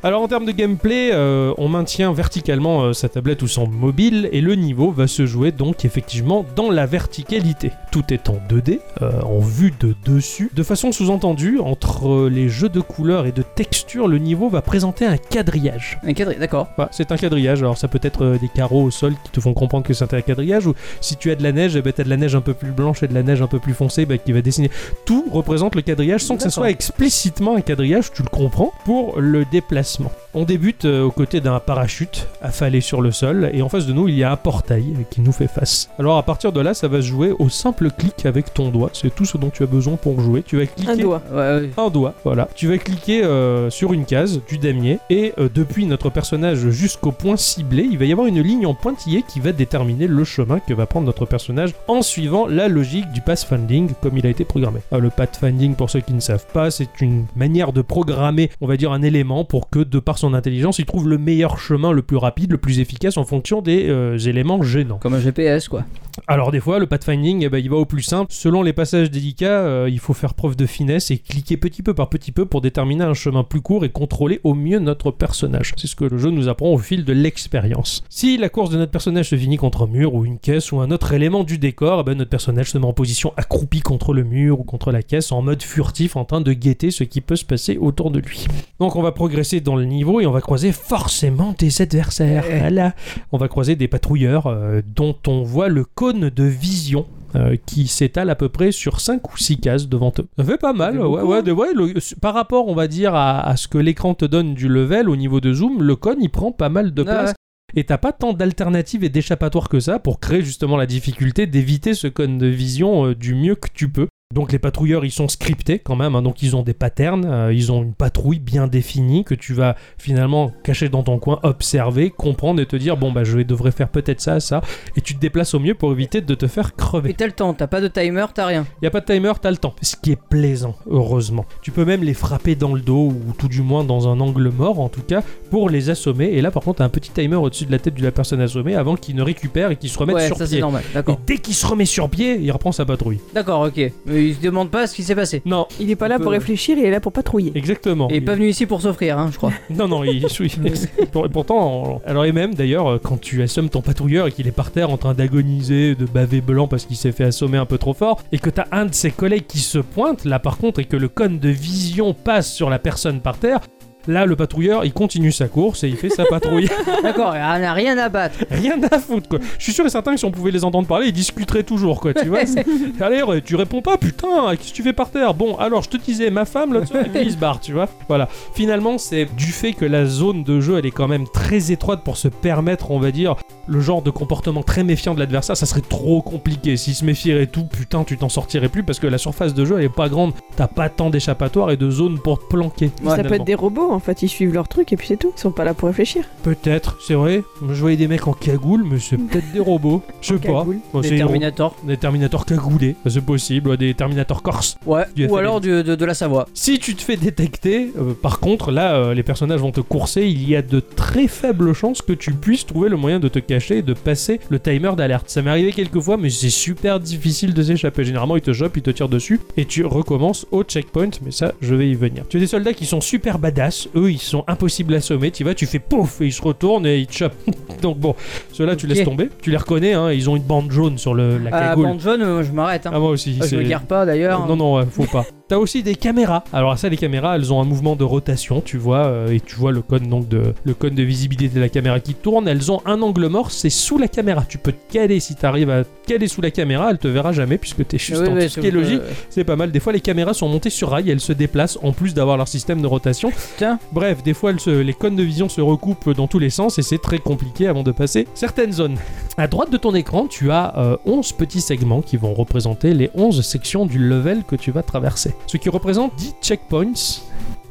Speaker 2: Alors en termes de gameplay, euh, on maintient verticalement euh, sa tablette ou son mobile et le niveau va se jouer donc effectivement dans la verticalité. Tout est en 2D, euh, en vue de dessus. De façon sous-entendue, entre euh, les jeux de couleurs et de textures, le niveau va présenter un quadrillage.
Speaker 1: Un cadré, d'accord.
Speaker 2: Ouais, c'est un quadrillage, alors ça peut être euh, des carreaux au sol qui te font comprendre que c'est un quadrillage, ou si tu as de la neige, eh ben, t'as de la neige un peu plus blanche et de la neige un peu plus foncée bah, qui va dessiner. Tout représente le quadrillage sans que ce
Speaker 1: D'accord.
Speaker 2: soit explicitement un quadrillage, tu le comprends, pour le déplacement. On débute euh, aux côtés d'un parachute affalé sur le sol, et en face de nous, il y a un portail euh, qui nous fait face. Alors à partir de là, ça va se jouer au simple clic avec ton doigt, c'est tout ce dont tu as besoin pour jouer. Tu vas cliquer
Speaker 4: Un doigt.
Speaker 1: Ouais, ouais.
Speaker 2: un doigt, voilà. Tu vas cliquer euh, sur une case du damier et euh, depuis notre personnage jusqu'au point ciblé, il va y avoir une ligne en pointillé qui va déterminer le chemin que va prendre notre personnage en suivant la logique du pathfinding comme il a été programmé. Ah, le pathfinding, pour ceux qui ne savent pas, c'est une manière de programmer, on va dire, un élément pour que, de par son intelligence, il trouve le meilleur chemin, le plus rapide, le plus efficace en fonction des euh, éléments gênants.
Speaker 1: Comme un GPS, quoi.
Speaker 2: Alors des fois, le pathfinding, eh ben, il va au plus simple. Selon les passages délicats, euh, il faut faire preuve de finesse et cliquer petit peu par petit peu pour déterminer un chemin plus court et contrôler au mieux notre personnage. C'est ce que le jeu nous apprend au fil de l'expérience. Si la course de notre personnage se finit contre un mur ou une caisse ou un autre élément du décor, eh ben, notre personnage se met en position accroupie contre le mur ou contre la caisse en mode furtif en train de guetter ce qui peut se passer autour de lui. Donc on va progresser dans le niveau et on va croiser forcément des adversaires.
Speaker 1: Eh.
Speaker 2: Voilà. On va croiser des patrouilleurs euh, dont on voit le cône de vision. euh, qui s'étale à peu près sur 5 ou 6 cases devant eux. Ça fait pas mal,
Speaker 1: fait
Speaker 2: ouais,
Speaker 1: beaucoup,
Speaker 2: ouais,
Speaker 1: hein.
Speaker 2: de- ouais, le- par rapport, on va dire, à, à ce que l'écran te donne du level au niveau de zoom, le cône il prend pas mal de
Speaker 1: Ouais,
Speaker 2: place.
Speaker 1: Ah ouais.
Speaker 2: Et t'as pas tant d'alternatives et d'échappatoires que ça pour créer justement la difficulté d'éviter ce cône de vision euh, du mieux que tu peux. Donc les patrouilleurs, ils sont scriptés quand même, hein, donc ils ont des patterns, euh, ils ont une patrouille bien définie que tu vas finalement cacher dans ton coin, observer, comprendre et te dire bon bah je vais- devrais faire peut-être ça, ça, et tu te déplaces au mieux pour éviter de te faire crever.
Speaker 1: Mais t'as le temps, t'as pas de timer, t'as rien.
Speaker 2: Il a pas de timer, t'as le temps. Ce qui est plaisant, heureusement. Tu peux même les frapper dans le dos, ou tout du moins dans un angle mort, en tout cas, pour les assommer. Et là, par contre, t'as un petit timer au-dessus de la tête de la personne assommée avant qu'il ne récupère et qu'il se remette
Speaker 1: Ouais,
Speaker 2: sur
Speaker 1: ça c'est
Speaker 2: pied.
Speaker 1: normal,
Speaker 2: Et
Speaker 1: d'accord.
Speaker 2: dès qu'il se remet sur pied, il reprend sa patrouille.
Speaker 1: D'accord, ok. Mais il se demande pas ce qui s'est passé.
Speaker 2: Non,
Speaker 4: Il est pas là
Speaker 1: peut-
Speaker 4: pour réfléchir, il est là pour patrouiller.
Speaker 2: exactement.
Speaker 1: Il est pas venu ici pour s'offrir, hein, je
Speaker 2: [laughs]
Speaker 1: crois.
Speaker 2: Non, non, il oui, et pour- et pourtant, on- alors et même d'ailleurs, euh, quand tu assommes ton patrouilleur et qu'il est par terre en train d'agoniser, de baver blanc parce qu'il s'est fait assommer un peu trop fort, et que t'as un de ses collègues qui se pointe, là par contre, et que le cône de vision passe sur la personne par terre, là le patrouilleur il continue sa course et il fait sa patrouille.
Speaker 1: D'accord, il en a rien à battre.
Speaker 2: [laughs] Rien à foutre quoi. Je suis sûr et certain que si on pouvait les entendre parler, ils discuteraient toujours quoi, tu vois. c'est- Allez, ouais, tu réponds pas, putain, qu'est-ce que tu fais par terre Bon, alors je te disais, ma femme, l'autre soir, et puis il se barre, tu vois. Voilà. Finalement, c'est du fait que la zone de jeu, elle est quand même très étroite pour se permettre, on va dire, le genre de comportement très méfiant de l'adversaire, ça serait trop compliqué. S'il se méfierait tout, putain, tu t'en sortirais plus parce que la surface de jeu, elle est pas grande. T'as pas tant d'échappatoires et de zones pour te planquer.
Speaker 1: Ouais,
Speaker 4: ça peut
Speaker 2: finalement.
Speaker 4: être des robots en fait, ils suivent leur truc et puis c'est tout. Ils sont pas là pour réfléchir.
Speaker 2: Peut-être, c'est vrai. Moi, Je voyais des mecs en cagoule, mais c'est peut-être des robots. Je sais pas.
Speaker 4: cagoule.
Speaker 2: Bon, c'est
Speaker 1: Des Terminator.
Speaker 2: Des Terminators cagoulés, c'est possible, ouais, des Terminators corses.
Speaker 1: Ouais.
Speaker 2: Du
Speaker 1: Ou
Speaker 2: FLN.
Speaker 1: alors du- de, de la Savoie.
Speaker 2: Si tu te fais détecter, euh, par contre, là, euh, les personnages vont te courser, il y a de très faibles chances que tu puisses trouver le moyen de te cacher et de passer le timer d'alerte. Ça m'est arrivé quelques fois, mais c'est super difficile de s'échapper. Généralement, ils te chopent, ils te tirent dessus, et tu recommences au checkpoint, mais ça, je vais y venir. Tu as des soldats qui sont super badass, eux, ils sont impossibles à sommer, tu vas, tu fais pouf, et ils se retournent et ils te chopent. [laughs] Donc bon, ceux-là, tu
Speaker 1: Ok.
Speaker 2: laisses tomber, tu les reconnais, hein, ils ont une bande jaune sur le, la
Speaker 1: Ah,
Speaker 2: cagoule.
Speaker 1: bande jaune, euh, je m'arrête. Hein.
Speaker 2: Ah, moi aussi,
Speaker 1: Ah, je
Speaker 2: c'est-
Speaker 1: me gare pas d'ailleurs. [laughs]
Speaker 2: non, non, ouais, faut pas. T'as aussi des caméras. Alors ça, les caméras, elles ont un mouvement de rotation, tu vois, euh, et tu vois le cône donc de le cône de visibilité de la caméra qui tourne. Elles ont un angle mort, c'est sous la caméra. Tu peux te caler si t'arrives à te caler sous la caméra, elle te verra jamais puisque t'es juste
Speaker 1: Oui,
Speaker 2: en
Speaker 1: oui,
Speaker 2: tout ce qui est
Speaker 1: euh,
Speaker 2: logique. C'est pas mal. Des fois, les caméras sont montées sur rail, elles se déplacent en plus d'avoir leur système de rotation.
Speaker 1: Tiens.
Speaker 2: Bref, des fois, elles se- les cônes de vision se recoupent dans tous les sens et c'est très compliqué avant de passer certaines zones. À droite de ton écran, tu as euh, 11 petits segments qui vont représenter les 11 sections du level que tu vas traverser. Ce qui représente 10 checkpoints.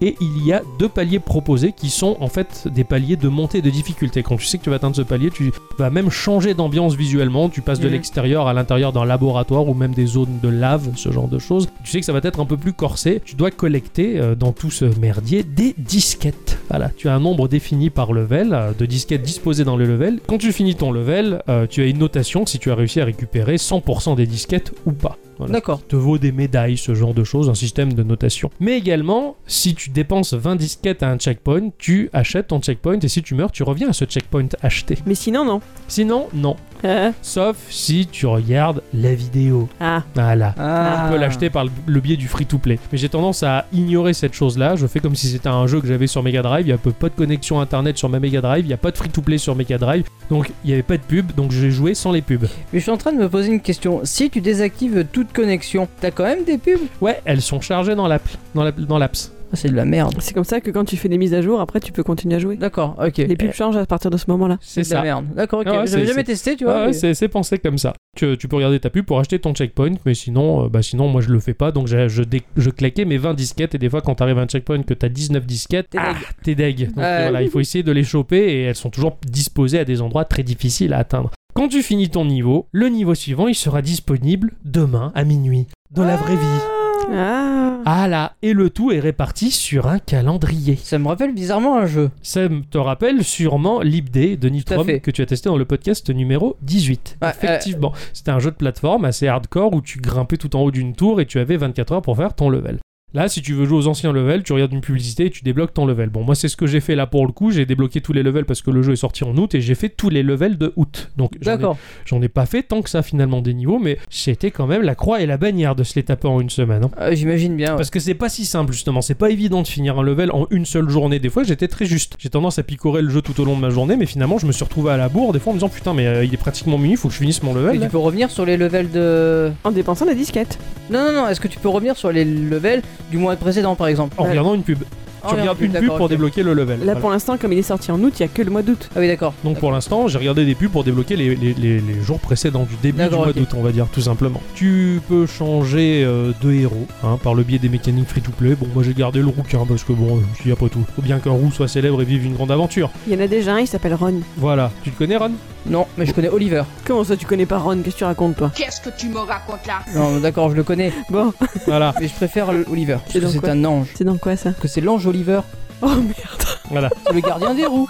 Speaker 2: Et il y a deux paliers proposés qui sont en fait des paliers de montée de difficulté. Quand tu sais que tu vas atteindre ce palier, tu vas même changer d'ambiance visuellement. Tu passes de
Speaker 1: Mhm.
Speaker 2: l'extérieur à l'intérieur d'un laboratoire ou même des zones de lave, ce genre de choses. Tu sais que ça va être un peu plus corsé. Tu dois collecter euh, dans tout ce merdier des disquettes. Voilà, tu as un nombre défini par level euh, de disquettes disposées dans le level. Quand tu finis ton level, euh, tu as une notation si tu as réussi à récupérer 100% des disquettes ou pas. Voilà
Speaker 1: D'accord.
Speaker 2: te vaut des médailles, ce genre de choses, un système de notation. Mais également, si tu dépenses 20 disquettes à un checkpoint, tu achètes ton checkpoint et si tu meurs, tu reviens à ce checkpoint acheté.
Speaker 4: Mais sinon, non.
Speaker 2: Sinon, non.
Speaker 4: Euh,
Speaker 2: Sauf si tu regardes la vidéo.
Speaker 4: ah,
Speaker 2: Voilà.
Speaker 1: Ah.
Speaker 2: On peut l'acheter par le- le biais du free-to-play. Mais j'ai tendance à ignorer cette chose-là. Je fais comme si c'était un jeu que j'avais sur Mega Drive. Il n'y a peu- pas de connexion internet sur ma Mega Drive. Il n'y a pas de free-to-play sur Mega Drive. Donc il n'y avait pas de pub. Donc j'ai joué sans les pubs.
Speaker 1: Mais je suis en train de me poser une question. Si tu désactives toute connexion, t'as quand même des pubs
Speaker 2: Ouais, elles sont chargées dans l'app- dans l'app- dans l'apps.
Speaker 1: Ah, C'est de la merde.
Speaker 4: c'est comme ça que quand tu fais des mises à jour, après tu peux continuer à jouer.
Speaker 1: D'accord, ok.
Speaker 4: Les pubs changent à partir de ce moment-là.
Speaker 1: C'est
Speaker 2: C'est
Speaker 1: de la
Speaker 2: ça.
Speaker 1: merde. D'accord, ok.
Speaker 2: Ah ouais,
Speaker 1: J'avais
Speaker 2: c'est-
Speaker 1: jamais testé, tu vois.
Speaker 2: Ouais,
Speaker 1: mais-
Speaker 2: ouais, c'est, c'est pensé comme ça. Que tu peux regarder ta pub pour acheter ton checkpoint, mais sinon, euh, bah sinon moi je le fais pas, donc j'ai- je, dé- je claquais mes 20 disquettes, et des fois quand t'arrives à un checkpoint que t'as 19 disquettes,
Speaker 1: T'es
Speaker 2: ah,
Speaker 1: deg.
Speaker 2: t'es deg. Donc
Speaker 1: Ouais.
Speaker 2: voilà, il faut essayer de les choper, et elles sont toujours disposées à des endroits très difficiles à atteindre. Quand tu finis ton niveau, le niveau suivant, il sera disponible demain à minuit, dans la vraie vie.
Speaker 4: Ah.
Speaker 2: Ah là, et le tout est réparti sur un calendrier.
Speaker 1: Ça me rappelle bizarrement un jeu.
Speaker 2: Ça me- te rappelle sûrement Lib Day de Nitrom
Speaker 1: fait.
Speaker 2: que tu as testé dans le podcast numéro 18.
Speaker 1: Ouais, euh,
Speaker 2: Effectivement, c'était un jeu de plateforme assez hardcore où tu grimpais tout en haut d'une tour et tu avais 24 heures pour faire ton level. Là, si tu veux jouer aux anciens levels, tu regardes une publicité et tu débloques ton level. Bon, moi, c'est ce que j'ai fait là pour le coup. J'ai débloqué tous les levels parce que le jeu est sorti en août et j'ai fait tous les levels de août. Donc, j'en ai-
Speaker 1: D'accord.
Speaker 2: j'en ai, pas fait tant que ça finalement des niveaux, mais c'était quand même la croix et la bannière de se les taper en une semaine. hein.
Speaker 1: Euh, J'imagine bien. ouais.
Speaker 2: Parce que c'est pas si simple justement, c'est pas évident de finir un level en une seule journée. Des fois j'étais très juste. J'ai tendance à picorer le jeu tout au long de ma journée, mais finalement je me suis retrouvé à la bourre des fois en me disant putain mais euh, il est pratiquement minuit, faut que je finisse mon
Speaker 1: Et
Speaker 2: level.
Speaker 1: tu peux revenir sur les levels de.
Speaker 4: En dépensant la disquette.
Speaker 1: Non, non, non. Est-ce que tu peux revenir sur les levels du mois précédent, par exemple
Speaker 2: En regardant une pub.
Speaker 1: Oh,
Speaker 2: tu
Speaker 1: merde,
Speaker 2: regardes une pub
Speaker 1: d'accord,
Speaker 2: pour
Speaker 1: ok.
Speaker 2: débloquer le level.
Speaker 4: Là
Speaker 2: Voilà.
Speaker 4: pour l'instant, comme il est sorti en août, il y a que le mois d'août.
Speaker 1: Ah oui, d'accord.
Speaker 2: Donc pour l'instant, j'ai regardé des pubs pour débloquer les, les- les- les jours précédents du début du
Speaker 1: D'accord,
Speaker 2: mois
Speaker 1: ok.
Speaker 2: d'août, on va dire tout simplement. Tu peux changer euh, de héros hein, par le biais des mécaniques free-to-play. Bon, moi j'ai gardé le rouquin parce que bon, euh, je me suis dit, après tout, faut bien qu'un roux soit célèbre et vive une grande aventure.
Speaker 4: Il y en a déjà un, il s'appelle Ron.
Speaker 2: Voilà, tu le connais Ron
Speaker 1: Non, mais je connais Oliver.
Speaker 4: Comment ça, tu connais pas Ron Qu'est-ce que tu racontes, toi
Speaker 5: Qu'est-ce que tu me racontes là
Speaker 1: Non, d'accord, je le connais.
Speaker 4: Bon,
Speaker 2: Voilà.
Speaker 1: Mais je préfère le- Oliver. Parce
Speaker 4: Et
Speaker 1: que
Speaker 4: donc
Speaker 1: c'est
Speaker 4: quoi
Speaker 1: un ange.
Speaker 4: [laughs] c'est dans quoi ça
Speaker 1: Parce que c'est l'ange Oliver.
Speaker 4: Oh merde
Speaker 2: Voilà.
Speaker 1: C'est le gardien des roues.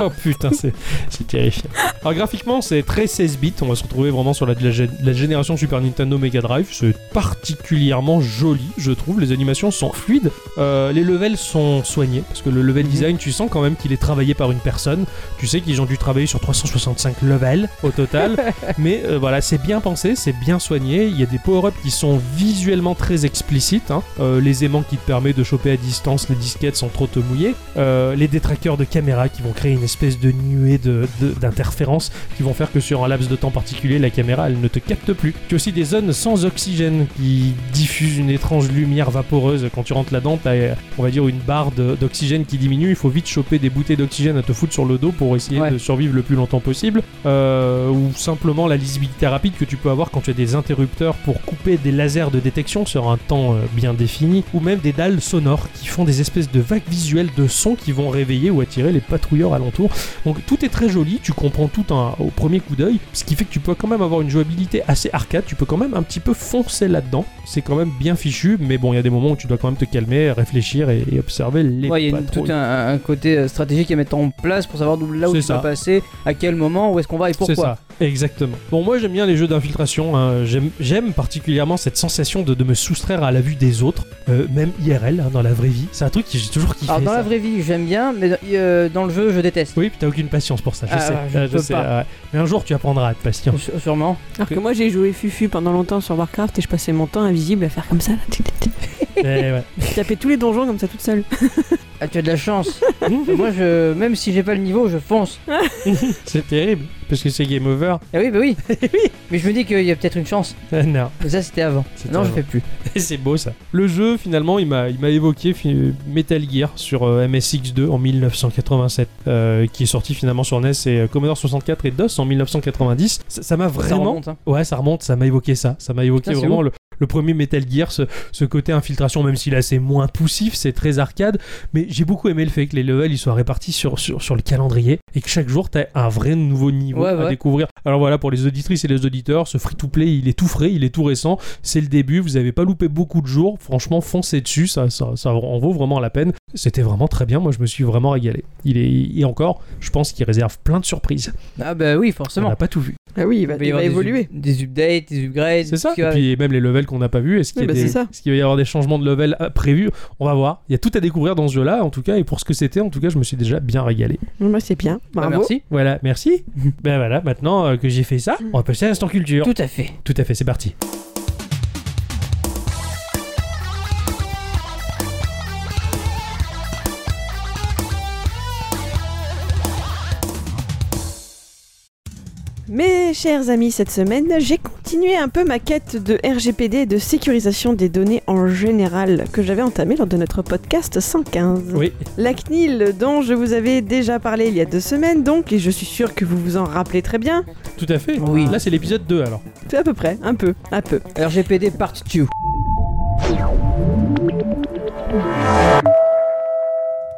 Speaker 2: Oh putain, c'est c'est terrifiant. Alors graphiquement, c'est très 16 bits. On va se retrouver vraiment sur la, la gé- la génération Super Nintendo Mega Drive. C'est particulièrement joli, je trouve. Les animations sont fluides. Euh, les levels sont soignés parce que le level
Speaker 1: Mhm.
Speaker 2: design, tu sens quand même qu'il est travaillé par une personne. Tu sais qu'ils ont dû travailler sur 365 levels au total. Mais euh, voilà, c'est bien pensé, c'est bien soigné. Il y a des power-ups qui sont visuellement très explicites. hein. Euh, les aimants qui te permettent de choper à distance les disquettes sans trop te mouiller. Euh, les détraqueurs de caméra qui vont créer une espèce de nuée de- de- d'interférences qui vont faire que sur un laps de temps particulier, la caméra elle ne te capte plus. Tu as aussi des zones sans oxygène qui diffusent une étrange lumière vaporeuse. Quand tu rentres là-dedans, t'as, euh, on va dire, une barre de- d'oxygène qui diminue. Il faut vite choper des bouteilles d'oxygène à te foutre sur le dos pour essayer
Speaker 1: Ouais.
Speaker 2: de survivre le plus longtemps possible. Euh, ou simplement la lisibilité rapide que tu peux avoir quand tu as des interrupteurs pour couper des lasers de détection sur un temps euh, bien défini. Ou même des dalles sonores qui font des espèces de vagues visuelles de sons qui vont réveiller ou attirer les patrouilleurs alentour. Donc tout est très joli, tu comprends tout un- au premier coup d'œil, ce qui fait que tu peux quand même avoir une jouabilité assez arcade, tu peux quand même un petit peu foncer là-dedans. C'est quand même bien fichu, mais bon, il y a des moments où tu dois quand même te calmer, réfléchir et, et observer les
Speaker 1: Ouais, il y a une-
Speaker 2: patrouilles.
Speaker 1: tout un, un côté euh, stratégique à mettre en place pour savoir d'où là où
Speaker 2: C'est
Speaker 1: tu
Speaker 2: ça.
Speaker 1: vas passer, à quel moment, où est-ce qu'on va et pourquoi.
Speaker 2: C'est ça, exactement. Bon, moi j'aime bien les jeux d'infiltration. hein. J'aime- J'aime particulièrement cette sensation de, de me soustraire à la vue des autres, euh, même IRL, hein, dans la vraie vie. C'est un truc que j'ai toujours kiffé.
Speaker 1: Alors Ah, dans
Speaker 2: ça.
Speaker 1: la vraie vie, j'aime bien, mais dans- euh, dans le jeu, je déteste.
Speaker 2: Oui, puis t'as aucune patience pour ça, je
Speaker 1: Ah,
Speaker 2: sais.
Speaker 1: je
Speaker 2: Ah,
Speaker 1: peux
Speaker 2: sais,
Speaker 1: pas.
Speaker 2: ah, ouais. Mais un jour tu apprendras à être
Speaker 1: [laughs]
Speaker 2: patient.
Speaker 1: S- Sûrement.
Speaker 4: Alors que moi, j'ai joué Fufu pendant longtemps sur Warcraft et je passais mon temps invisible à faire comme ça. là.
Speaker 2: Eh ouais.
Speaker 4: [laughs] Taper tous les donjons comme ça toute seule.
Speaker 1: Ah, tu as de la chance. Moi, je, même si j'ai pas le niveau, je fonce.
Speaker 2: C'est terrible, parce que c'est game over.
Speaker 1: Ah oui, bah oui. Mais je me dis qu'il y a peut-être une chance.
Speaker 2: Ah, non. [laughs]
Speaker 1: Mais ça, c'était avant.
Speaker 2: C'était
Speaker 1: Non, je
Speaker 2: avant.
Speaker 1: fais plus.
Speaker 2: Et c'est beau ça. Le jeu finalement il m'a il m'a évoqué fi- Metal Gear sur euh, MSX2 en 1987 euh, qui est sorti finalement sur NES et euh, Commodore 64 et DOS en 1990. Ça ça m'a
Speaker 1: Ça
Speaker 2: vraiment
Speaker 1: remonte, hein.
Speaker 2: Ouais, ça remonte, ça m'a évoqué ça. Ça m'a évoqué
Speaker 1: Putain, c'est
Speaker 2: vraiment
Speaker 1: ouf.
Speaker 2: le, le premier Metal Gear, ce, ce côté infiltration, même s'il est assez moins poussif, c'est très arcade. Mais j'ai beaucoup aimé le fait que les levels ils soient répartis sur, sur, sur le calendrier et que chaque jour t'as un vrai nouveau niveau
Speaker 1: Ouais,
Speaker 2: à
Speaker 1: ouais.
Speaker 2: découvrir. Alors voilà, pour les auditrices et les auditeurs, ce free to play il est tout frais, il est tout récent. C'est le début, vous avez pas loupé beaucoup de jours. Franchement, foncez dessus, ça, ça, ça en vaut vraiment la peine. C'était vraiment très bien, moi je me suis vraiment régalé. Il est, et encore, je pense qu'il réserve plein de surprises.
Speaker 1: Ah bah oui,
Speaker 2: On
Speaker 1: forcément.
Speaker 2: n'a pas tout vu.
Speaker 4: Ah oui, il va,
Speaker 1: peut y avoir des up- Des, updates, des upgrades.
Speaker 2: C'est ça.
Speaker 1: tu
Speaker 2: Et
Speaker 1: vois.
Speaker 2: puis même les levels qu'on n'a pas vus. Est-ce qu'il
Speaker 4: Oui,
Speaker 2: y a
Speaker 4: bah,
Speaker 2: des-
Speaker 4: c'est ça.
Speaker 2: est-ce qu'il va y avoir des changements de level euh, prévus On va voir. Il y a tout à découvrir dans ce jeu-là, en tout cas. Et pour ce que c'était, en tout cas, je me suis déjà bien régalé.
Speaker 4: Moi, c'est bien.
Speaker 1: Bah,
Speaker 4: Bravo.
Speaker 1: merci.
Speaker 2: Voilà,
Speaker 4: [laughs]
Speaker 2: merci. ben voilà, maintenant euh, que j'ai fait ça, on va passer à l'instant culture.
Speaker 1: Tout à fait.
Speaker 2: Tout à fait, c'est parti.
Speaker 4: Mes chers amis, cette semaine, j'ai continué un peu ma quête de RGPD et de sécurisation des données en général que j'avais entamée lors de notre podcast 115.
Speaker 2: Oui,
Speaker 4: La CNIL, dont je vous avais déjà parlé il y a deux semaines, donc, et je suis sûre que vous vous en rappelez très bien,
Speaker 2: tout à fait.
Speaker 1: Oui.
Speaker 2: Là, c'est l'épisode 2 alors.
Speaker 4: C'est à peu près, un peu, un peu.
Speaker 1: RGPD Part 2.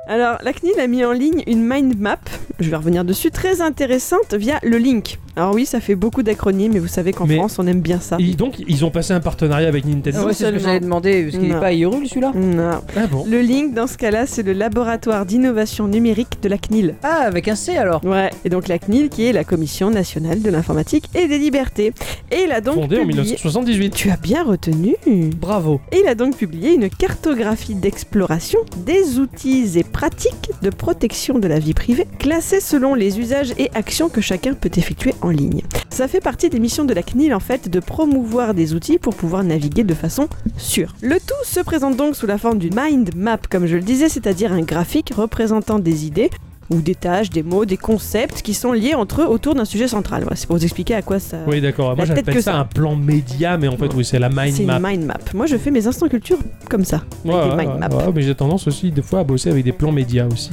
Speaker 4: Alors, la CNIL a mis en ligne une mind map, je vais revenir dessus, très intéressante via le link. Alors oui, ça fait beaucoup d'acronymes, et vous savez qu'en
Speaker 2: Mais-
Speaker 4: France, on aime bien ça.
Speaker 2: Et donc, ils ont passé un partenariat avec Nintendo.
Speaker 1: Ah ouais, c'est ce que
Speaker 4: seulement.
Speaker 1: j'allais demander, parce qu'il
Speaker 4: Non.
Speaker 1: n'est pas Hyrule celui-là
Speaker 4: Non.
Speaker 2: Ah bon
Speaker 4: Le link, dans ce cas-là, c'est le laboratoire d'innovation numérique de la CNIL.
Speaker 1: Ah, avec un C alors
Speaker 4: Ouais, et donc la CNIL qui est la Commission nationale de l'informatique et des libertés. Et il a donc
Speaker 2: Fondé en
Speaker 4: publié...
Speaker 2: 1978.
Speaker 4: Tu as bien retenu
Speaker 1: Bravo
Speaker 4: Et il a donc publié une cartographie d'exploration des outils et pratiques de protection de la vie privée, classés selon les usages et actions que chacun peut effectuer en ligne. Ça fait partie des missions de la CNIL en fait de promouvoir des outils pour pouvoir naviguer de façon sûre. Le tout se présente donc sous la forme d'une mind map, comme je le disais, c'est-à-dire un graphique représentant des idées ou des tâches, des mots, des concepts qui sont liés entre eux autour d'un sujet central. Voilà, c'est pour vous expliquer à quoi ça,
Speaker 2: Oui, d'accord. Moi,
Speaker 4: La tête
Speaker 2: j'appelle
Speaker 4: Bah, que
Speaker 2: ça
Speaker 4: ça.
Speaker 2: un plan média, mais en fait, oui, c'est la mind
Speaker 4: c'est
Speaker 2: map.
Speaker 4: une mind map. Moi, je fais mes instants culture comme ça. avec des mind maps.
Speaker 2: ouais, mais j'ai tendance aussi, des fois, à bosser avec des plans médias
Speaker 4: [laughs]
Speaker 2: aussi.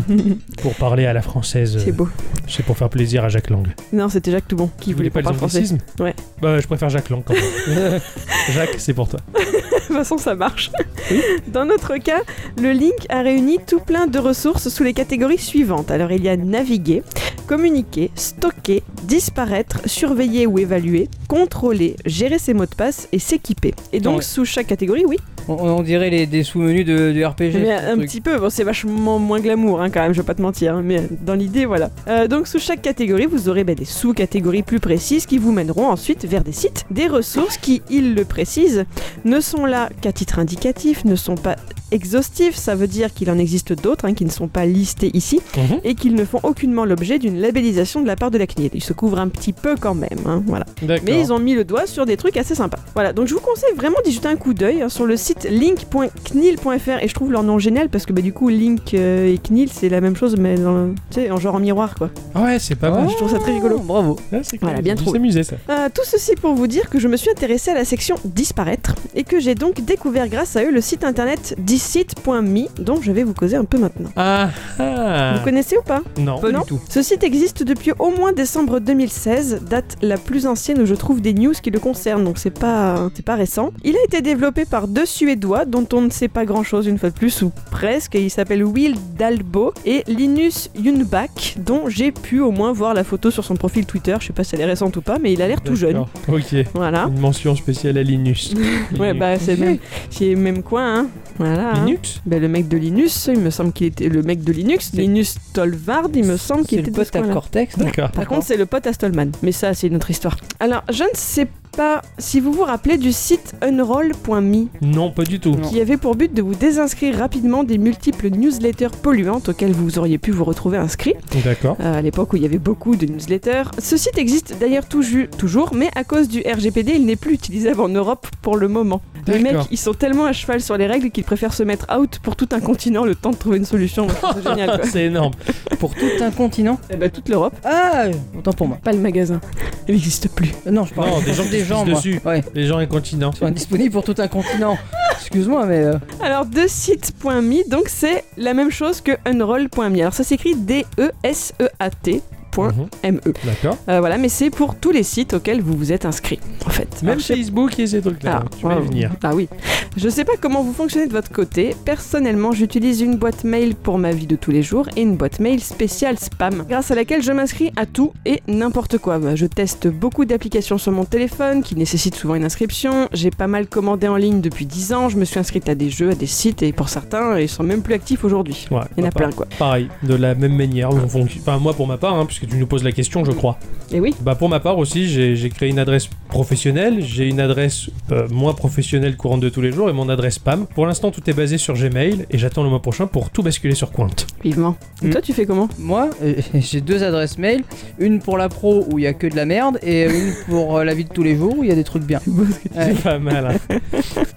Speaker 2: pour parler à la française. euh,
Speaker 4: C'est beau.
Speaker 2: C'est pour faire plaisir à Jacques Lang.
Speaker 4: Non, c'était Jacques Toubon qui
Speaker 2: Vous voulez
Speaker 4: voulait
Speaker 2: pas
Speaker 4: pas
Speaker 2: les
Speaker 4: parler français.
Speaker 2: anglicismes
Speaker 4: Ouais.
Speaker 2: Bah, je préfère Jacques Lang quand même. [laughs] Jacques, c'est pour toi.
Speaker 4: [laughs] De toute façon, ça marche. [laughs] Dans notre cas, le link a réuni tout plein de ressources sous les catégories suivantes. Alors, il y a naviguer, communiquer, stocker, disparaître, surveiller ou évaluer, contrôler, gérer ses mots de passe et s'équiper. Et donc,
Speaker 1: Ouais.
Speaker 4: sous chaque catégorie, oui,
Speaker 1: On, on dirait les, des sous-menus de, du RPG.
Speaker 4: Mais
Speaker 1: ce
Speaker 4: un
Speaker 1: truc.
Speaker 4: petit peu, bon, c'est vachement moins glamour hein, quand même, je vais pas te mentir, hein, mais dans l'idée, voilà. Euh, donc sous chaque catégorie, vous aurez ben, des sous-catégories plus précises qui vous mèneront ensuite vers des sites, des ressources qui, il le précise, ne sont là qu'à titre indicatif, ne sont pas exhaustifs, ça veut dire qu'il en existe d'autres hein, qui ne sont pas listés ici et qu'ils ne font aucunement l'objet d'une labellisation de la part de la CNIL. Ils se couvrent un petit peu quand même, hein, voilà.
Speaker 2: D'accord.
Speaker 4: Mais ils ont mis le doigt sur des trucs assez sympas. Voilà, donc je vous conseille vraiment d'y jeter un coup d'œil hein, sur le site link.cnil.fr et je trouve leur nom génial parce que bah, du coup Link euh, et CNIL c'est la même chose mais dans le- tu sais, en genre en miroir quoi.
Speaker 2: Ah ouais, c'est pas
Speaker 1: Ah,
Speaker 2: mal.
Speaker 4: Je trouve ça très rigolo.
Speaker 1: Bravo
Speaker 2: Ah, c'est
Speaker 4: Voilà,
Speaker 2: cool,
Speaker 4: bien
Speaker 2: ils ont dû
Speaker 4: trouvé.
Speaker 2: s'amuser, ça.
Speaker 4: Euh, tout ceci pour vous dire que je me suis intéressée à la section disparaître et que j'ai donc découvert grâce à eux le site internet dissite.me dont je vais vous causer un peu maintenant.
Speaker 2: Ah, ah.
Speaker 4: Vous connaissez ou pas
Speaker 2: Non.
Speaker 1: Pas
Speaker 4: Non.
Speaker 1: du tout.
Speaker 4: Ce site existe depuis au moins décembre 2016, date la plus ancienne où je trouve des news qui le concernent, donc c'est pas, c'est pas récent. Il a été développé par deux Suédois dont on ne sait pas grand chose une fois de plus, ou presque, et ils s'appellent Will Dalbo et Linus Yunback, dont j'ai pu au moins voir la photo sur son profil Twitter, je sais pas si elle est récente ou pas, mais il a l'air tout jeune. Hein
Speaker 2: D'accord. Ok.
Speaker 1: [laughs]
Speaker 4: Voilà.
Speaker 2: Une mention spéciale à Linus.
Speaker 4: Ouais, bah c'est le même, c'est le même coin, hein. Voilà. hein.
Speaker 2: Linux
Speaker 4: Bah, le mec de Linus, il me semble qu'il était le mec de Linux,
Speaker 1: C'est-
Speaker 4: Linus Tolvard, il me semble qu'il
Speaker 1: C'est le
Speaker 4: était de ce
Speaker 1: pote à
Speaker 4: coin-là.
Speaker 1: Cortex non
Speaker 2: D'accord.
Speaker 4: Par contre, c'est le pote à Stallman. Mais ça, c'est une autre histoire. Alors, je ne sais pas si vous vous rappelez du site unroll.me
Speaker 2: Non, pas du tout.
Speaker 1: Non.
Speaker 4: qui avait pour but de vous désinscrire rapidement des multiples newsletters polluantes auxquelles vous auriez pu vous retrouver inscrit [laughs]
Speaker 2: D'accord.
Speaker 4: euh, à l'époque où il y avait beaucoup de newsletters. Ce site existe d'ailleurs tout ju- toujours, mais à cause du RGPD, il n'est plus utilisable en Europe pour le moment. Les mecs,
Speaker 2: D'accord.
Speaker 4: ils sont tellement à cheval sur les règles qu'ils préfèrent se mettre out pour tout un continent le temps de trouver une [laughs] solution. C'est génial quoi.
Speaker 2: C'est énorme.
Speaker 1: Pour tout un continent.
Speaker 4: Eh ben, toute l'Europe,
Speaker 1: Ah, autant pour moi.
Speaker 4: pas le magasin. Il n'existe plus.
Speaker 1: Euh, Non, je parle
Speaker 2: Non, des gens qui se pissent
Speaker 1: moi.
Speaker 2: dessus.
Speaker 1: Ouais.
Speaker 2: Les gens incontinents.
Speaker 1: Enfin, disponible pour tout un continent. Excuse-moi, mais euh,
Speaker 4: Alors, deux sites.me, donc c'est la même chose que unroll.me. Alors, ça s'écrit E D-E-S-E-A-T. point
Speaker 2: Mhm,
Speaker 4: M-E.
Speaker 2: D'accord.
Speaker 4: Euh, voilà, mais c'est pour tous les sites auxquels vous vous êtes inscrit, en fait.
Speaker 2: Même
Speaker 4: Alors, je-
Speaker 2: Facebook, il y a ces trucs-là.
Speaker 4: Ah,
Speaker 2: tu vas y
Speaker 4: wow.
Speaker 2: venir.
Speaker 4: Ah oui. Je sais pas comment vous fonctionnez de votre côté. Personnellement, j'utilise une boîte mail pour ma vie de tous les jours et une boîte mail spéciale spam, grâce à laquelle je m'inscris à tout et n'importe quoi. Bah, Je teste beaucoup d'applications sur mon téléphone qui nécessitent souvent une inscription. J'ai pas mal commandé en ligne depuis 10 ans. Je me suis inscrite à des jeux, à des sites et pour certains, ils sont même plus actifs aujourd'hui.
Speaker 2: Ouais,
Speaker 4: Il y en a
Speaker 2: bah,
Speaker 4: plein quoi.
Speaker 2: Pareil, de la même manière. on fonc- Enfin, moi pour ma part, hein, puisque tu nous poses la question, je crois.
Speaker 4: Et oui.
Speaker 2: Bah pour ma part aussi, j'ai j'ai créé une adresse professionnelle, j'ai une adresse euh, moins professionnelle courante de tous les jours et mon adresse spam. Pour l'instant, tout est basé sur Gmail et j'attends le mois prochain pour tout basculer sur Quant.
Speaker 4: Vivement. Et
Speaker 2: Hmm.
Speaker 1: Mm.
Speaker 4: toi, tu fais comment
Speaker 1: moi, euh, [laughs] j'ai deux adresses mail. Une pour la pro où il y a que de la merde et une pour euh, la vie de tous les jours où il y a des trucs bien. Ouais.
Speaker 2: C'est pas mal. hein.